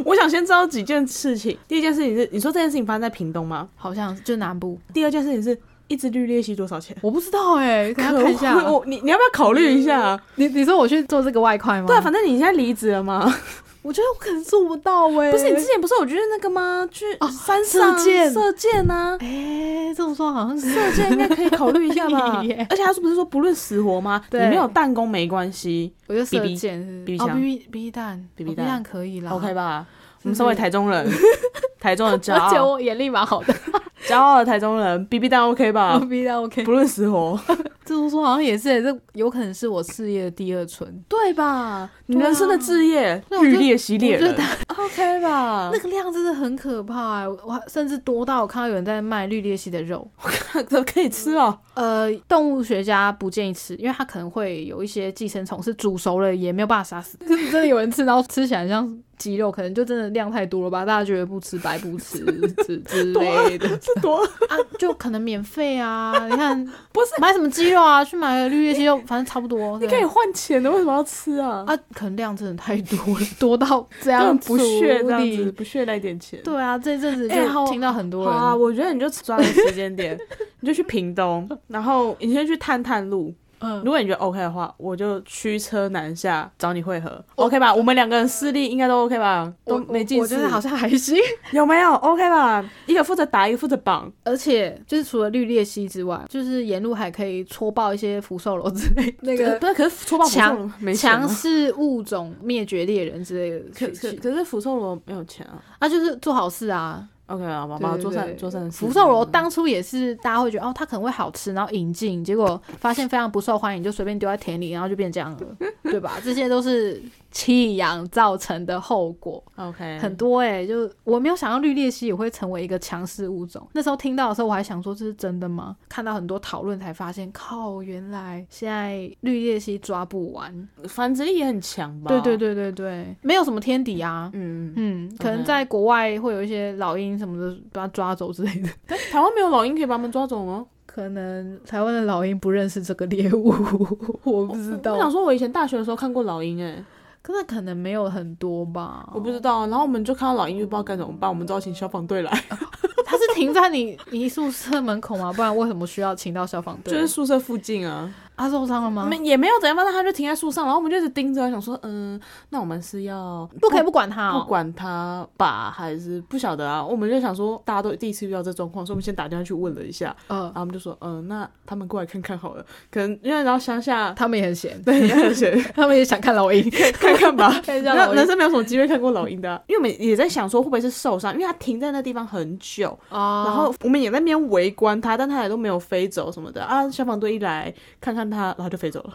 [SPEAKER 1] 我想先知道几件事情。第一件事情是，你说这件事情发生在屏东吗？
[SPEAKER 2] 好像就南部，
[SPEAKER 1] 第二件事情是，一只绿鬣蜥多少钱？
[SPEAKER 2] 我不知道 [LAUGHS] 哎、可能要
[SPEAKER 1] 可
[SPEAKER 2] 看一下。嗯
[SPEAKER 1] 恶我你你要不要考虑一下？
[SPEAKER 2] 你你说我去做这个外快吗？
[SPEAKER 1] 对啊，反正你现在离职了吗？
[SPEAKER 2] 我觉得我可能做不到哎、
[SPEAKER 1] 不是，你之前不是有去那个吗？去
[SPEAKER 2] 哦
[SPEAKER 1] 山上
[SPEAKER 2] 射箭
[SPEAKER 1] 射箭呢？
[SPEAKER 2] 哎、这么说好像是
[SPEAKER 1] 射箭应该可以考虑一下吧
[SPEAKER 2] [LAUGHS] 可以耶。
[SPEAKER 1] 而且他是不是说不论死活吗？你
[SPEAKER 2] 对
[SPEAKER 1] 没有弹弓没关系
[SPEAKER 2] 我就射
[SPEAKER 1] BB
[SPEAKER 2] 箭是不是
[SPEAKER 1] BB
[SPEAKER 2] 哦
[SPEAKER 1] 枪
[SPEAKER 2] ，B B B 弹
[SPEAKER 1] BB
[SPEAKER 2] 哦
[SPEAKER 1] 弹
[SPEAKER 2] [LAUGHS] 弹可以啦
[SPEAKER 1] ，OK 吧？
[SPEAKER 2] 是 [LAUGHS]
[SPEAKER 1] 我们身为
[SPEAKER 2] 是
[SPEAKER 1] 台中人，台中的骄
[SPEAKER 2] 而且
[SPEAKER 1] 傲，
[SPEAKER 2] 我眼力蛮好的，
[SPEAKER 1] 骄傲的台中人，B B 蛋 OK
[SPEAKER 2] 我 [LAUGHS]
[SPEAKER 1] 吧？
[SPEAKER 2] 逼到 OK。
[SPEAKER 1] 不论死活，
[SPEAKER 2] 这么说好像也是，欸这有可能是我事业的第二春。
[SPEAKER 1] 对吧？你
[SPEAKER 2] 对啊
[SPEAKER 1] 人生的置业
[SPEAKER 2] 对我
[SPEAKER 1] 欲
[SPEAKER 2] 就
[SPEAKER 1] 裂习猎
[SPEAKER 2] 我觉 [LAUGHS]
[SPEAKER 1] 人
[SPEAKER 2] 得
[SPEAKER 1] ，OK 吧
[SPEAKER 2] 那？个量真的很可怕、欸，我我还甚至多到我看到有人在卖绿鬣蜥的肉。
[SPEAKER 1] [LAUGHS] 那个可以吃
[SPEAKER 2] [LAUGHS]
[SPEAKER 1] 哦，
[SPEAKER 2] 呃，动物学家不建议吃，因为它可能会有一些寄生虫，是煮熟了也没有办法杀死。 [LAUGHS] 可是真的有人吃，然后吃起来像鸡肉，可能就真的量太多了吧？大家觉得不吃白不吃之之类的
[SPEAKER 1] 这多
[SPEAKER 2] 啊，就可能免费啊。你看
[SPEAKER 1] 不是
[SPEAKER 2] 买什么鸡肉啊，去买个绿鬣蜥肉，反正差不多。
[SPEAKER 1] [LAUGHS] 你可
[SPEAKER 2] 对
[SPEAKER 1] 以换钱的，为什么要吃啊？
[SPEAKER 2] [LAUGHS] 啊，可能量真的太多了，多到这
[SPEAKER 1] 根本
[SPEAKER 2] 样
[SPEAKER 1] 不 [LAUGHS] 屑
[SPEAKER 2] 处
[SPEAKER 1] 啊这样
[SPEAKER 2] 理
[SPEAKER 1] 子，不屑那一点钱。
[SPEAKER 2] 对啊，这阵子就
[SPEAKER 1] 哎好
[SPEAKER 2] 听到很多
[SPEAKER 1] 好
[SPEAKER 2] 人，
[SPEAKER 1] 啊，我觉得你就抓个时间
[SPEAKER 2] [LAUGHS]
[SPEAKER 1] 点，你就去屏东，然后你先去探探路。
[SPEAKER 2] 嗯
[SPEAKER 1] 如果你觉得 OK 的话，我就驱车南下找你会合，OK 吧？我们两个人私立应该都 OK 吧？都
[SPEAKER 2] 我
[SPEAKER 1] 没近
[SPEAKER 2] 我觉
[SPEAKER 1] 视，
[SPEAKER 2] 得好像还行。
[SPEAKER 1] 有没有 OK 吧？一个负责打，一个负责绑，
[SPEAKER 2] 而且就是除了绿鬣蜥之外，就是沿路还可以戳爆一些福寿螺之类的，那
[SPEAKER 1] 可
[SPEAKER 2] [LAUGHS] 个
[SPEAKER 1] 不是？可是戳爆福寿螺没钱
[SPEAKER 2] 强
[SPEAKER 1] 啊，
[SPEAKER 2] 势物种灭绝猎人之类的
[SPEAKER 1] 可
[SPEAKER 2] 学
[SPEAKER 1] 可
[SPEAKER 2] 习。
[SPEAKER 1] 可是福寿螺没有钱啊。
[SPEAKER 2] 啊，就是做好事啊，
[SPEAKER 1] OK 啊，妈
[SPEAKER 2] 对
[SPEAKER 1] 妈
[SPEAKER 2] 对
[SPEAKER 1] 做
[SPEAKER 2] 对
[SPEAKER 1] 善做善事。
[SPEAKER 2] 福寿螺当初也是大家会觉得哦，它可能会好吃，然后引进，结果发现非常不受欢迎，就随便丢在田里，然后就变这样了，对吧？这些都是弃养造成的后果。
[SPEAKER 1] OK
[SPEAKER 2] 很多哎、就我没有想到绿鬣蜥也会成为一个强势物种。那时候听到的时候，我还想说这是真的吗？看到很多讨论才发现，靠，原来现在绿鬣蜥抓不完。
[SPEAKER 1] 繁殖力也很强吧？
[SPEAKER 2] 对对，对对对，没有什么天敌啊。
[SPEAKER 1] 嗯，
[SPEAKER 2] 嗯，可能
[SPEAKER 1] OK
[SPEAKER 2] 在国外会有一些老鹰什么的把它抓走之类的， [LAUGHS]
[SPEAKER 1] 但台湾没有老鹰可以把它们抓走吗？
[SPEAKER 2] 可能台湾的老鹰不认识这个猎物，我不知
[SPEAKER 1] 哦我想
[SPEAKER 2] 道。
[SPEAKER 1] 说，我以前大学的时候看过老鹰、欸，
[SPEAKER 2] 可是可能没有很多吧，
[SPEAKER 1] 我不知道。然后我们就看到老鹰，就不知道该怎么办，我们只好请消防队来，
[SPEAKER 2] 它是停在你你宿舍门口吗？不然为什么需要请到消防队？
[SPEAKER 1] 就是宿舍附近啊，
[SPEAKER 2] 他受伤了吗？
[SPEAKER 1] 没也没有怎样，反正它就停在树上，然后我们就一直盯着，想说，嗯，那我们是要
[SPEAKER 2] 不可以不管他、哦，
[SPEAKER 1] 不管它吧，还是不晓得啊？我们就想说，大家都第一次遇到这状况，所以我们先打电话去问了一下，
[SPEAKER 2] 呃
[SPEAKER 1] 然，后我们就说，嗯，那他们过来看看好了，可能因为然后乡下。
[SPEAKER 2] 他们也很闲， [LAUGHS]
[SPEAKER 1] 对，而且
[SPEAKER 2] 他们也想看老鹰，
[SPEAKER 1] 看看
[SPEAKER 2] [LAUGHS]
[SPEAKER 1] 吧，
[SPEAKER 2] 看一下
[SPEAKER 1] 那
[SPEAKER 2] 老
[SPEAKER 1] 人
[SPEAKER 2] 鹰
[SPEAKER 1] 生没有什么机会看过老鹰的啊、因为我们也在想说会不会是受伤，因为它停在那地方很久，
[SPEAKER 2] 啊
[SPEAKER 1] 然后我们也在那边围观它，但它也都没有飞走什么的啊。消防队一来看看它，然后就飞走了。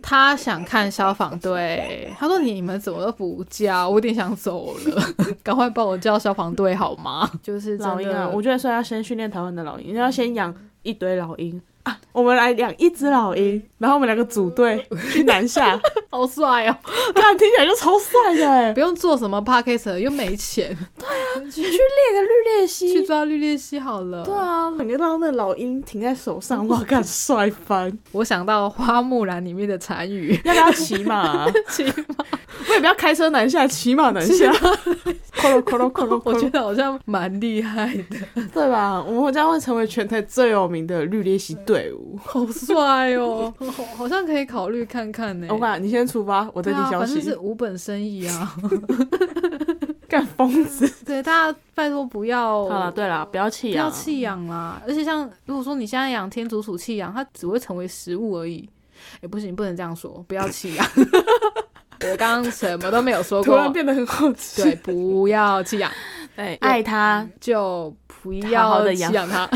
[SPEAKER 2] 他想看消防队，他说你们怎么都不叫，我有点想走了， [LAUGHS] 赶快帮我叫消防队好吗？就是真
[SPEAKER 1] 老鹰啊，
[SPEAKER 2] 的， [LAUGHS]
[SPEAKER 1] 我觉得说要先训练台湾的老鹰，要先养一堆老鹰啊。我们来养一只老鹰，然后我们两个组队去南
[SPEAKER 2] [LAUGHS]
[SPEAKER 1] 下，
[SPEAKER 2] 好帅哦，
[SPEAKER 1] 那听起来就超帅的哎、
[SPEAKER 2] 不用做什么 p a c k a g e 又没 [LAUGHS] 钱，
[SPEAKER 1] 那个绿鬣
[SPEAKER 2] 去
[SPEAKER 1] 蜥，
[SPEAKER 2] 抓绿鬣蜥好了。
[SPEAKER 1] 对啊，整个让那老鹰停在手上，哇，干帅翻！
[SPEAKER 2] 我想到花木兰里面的单于，
[SPEAKER 1] [LAUGHS]
[SPEAKER 2] [LAUGHS]
[SPEAKER 1] 要不要骑马、啊 [LAUGHS]
[SPEAKER 2] 骑马
[SPEAKER 1] 我也不要开车南下，骑马南 [LAUGHS] 下，咕噜咕噜咕 [LAUGHS] 噜咕
[SPEAKER 2] 我觉
[SPEAKER 1] 噜，
[SPEAKER 2] 得好像蛮厉害的，
[SPEAKER 1] 对吧？我们将会成为全台最有名的绿鬣蜥队伍。
[SPEAKER 2] 好帅 [LAUGHS] 哦，好好像可以考虑看看呢、
[SPEAKER 1] 我看你先出发，我
[SPEAKER 2] 对
[SPEAKER 1] 等你
[SPEAKER 2] 啊，
[SPEAKER 1] 消
[SPEAKER 2] 反正
[SPEAKER 1] 息
[SPEAKER 2] 是。无本生意啊。
[SPEAKER 1] 干疯子！
[SPEAKER 2] 对，大家拜托不要
[SPEAKER 1] [LAUGHS] 好了，对了，不要气
[SPEAKER 2] 不
[SPEAKER 1] 啊！
[SPEAKER 2] 要弃养啦。而且像如果说你现在养天竺鼠弃养，它只会成为食物而已。也、不行，不能这样说，不要
[SPEAKER 1] [LAUGHS]
[SPEAKER 2] 弃养。我刚刚什么都没有说
[SPEAKER 1] 突然
[SPEAKER 2] 过。
[SPEAKER 1] 变得很好吃。
[SPEAKER 2] 对，不要弃养，
[SPEAKER 1] [LAUGHS] 对，哎爱它，
[SPEAKER 2] 就不
[SPEAKER 1] 好好
[SPEAKER 2] 要
[SPEAKER 1] 地
[SPEAKER 2] 弃
[SPEAKER 1] 养
[SPEAKER 2] 养它。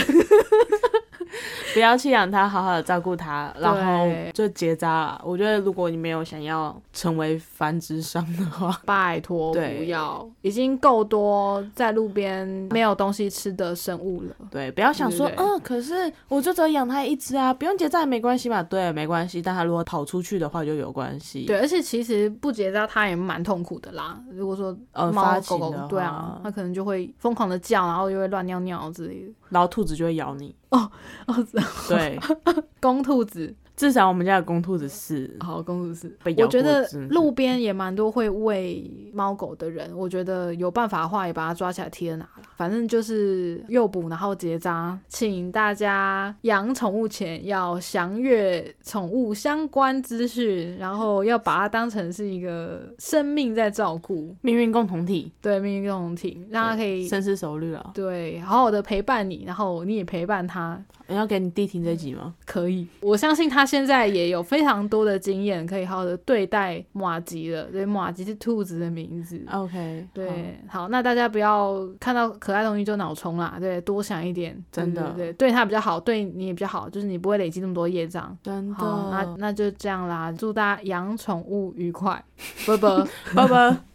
[SPEAKER 1] 不要弃养它，好好的照顾它，然后
[SPEAKER 2] 对
[SPEAKER 1] 就结扎啦。我觉得，如果你没有想要成为繁殖商的话，
[SPEAKER 2] [LAUGHS] 拜托，
[SPEAKER 1] 对
[SPEAKER 2] 不要，已经够多在路边没有东西吃的生物了。
[SPEAKER 1] 对，不要想说，
[SPEAKER 2] 对对
[SPEAKER 1] 嗯，可是我就只有养它一只啊，不用结扎也没关系嘛。对，没关系，但它如果跑出去的话就有关系。
[SPEAKER 2] 对，，而且其实不结扎它也蛮痛苦的啦。如果说
[SPEAKER 1] 呃，
[SPEAKER 2] 猫
[SPEAKER 1] 发情
[SPEAKER 2] 狗狗
[SPEAKER 1] 的话，
[SPEAKER 2] 对啊，它可能就会疯狂的叫，然后又会乱尿尿之类的。
[SPEAKER 1] 然后兔子就会咬你。
[SPEAKER 2] 哦，
[SPEAKER 1] 对，
[SPEAKER 2] [LAUGHS] 公兔子，
[SPEAKER 1] 至少我们家的公兔子是
[SPEAKER 2] 好，公兔子。
[SPEAKER 1] 被咬
[SPEAKER 2] 我
[SPEAKER 1] 过
[SPEAKER 2] 觉得
[SPEAKER 1] 真的
[SPEAKER 2] 路边也蛮多会喂猫狗的人，我觉得有办法的话也把它抓起来贴在哪啦。反正就是诱捕，然后结扎。请大家养宠物前要详阅宠物相关资讯，然后要把它当成是一个生命在照顾，
[SPEAKER 1] 命运共同体，
[SPEAKER 2] 对命运共同体，让它可以
[SPEAKER 1] 深思熟虑了。
[SPEAKER 2] 对好好的陪伴你，然后你也陪伴它，
[SPEAKER 1] 你要给你弟听这集吗？
[SPEAKER 2] 可以，我相信他他现在也有非常多的经验，可以好好的对待马吉了。对，马吉是兔子的名字。
[SPEAKER 1] OK，好，
[SPEAKER 2] 嗯对，好，那大家不要看到可爱东西就脑冲啦，对，多想一点，
[SPEAKER 1] 真的
[SPEAKER 2] 对对对，对他比较好，对你也比较好，就是你不会累积那么多业障。
[SPEAKER 1] 真的，
[SPEAKER 2] 好，那那就这样啦，祝大家养宠物愉快，拜拜。
[SPEAKER 1] 拜拜。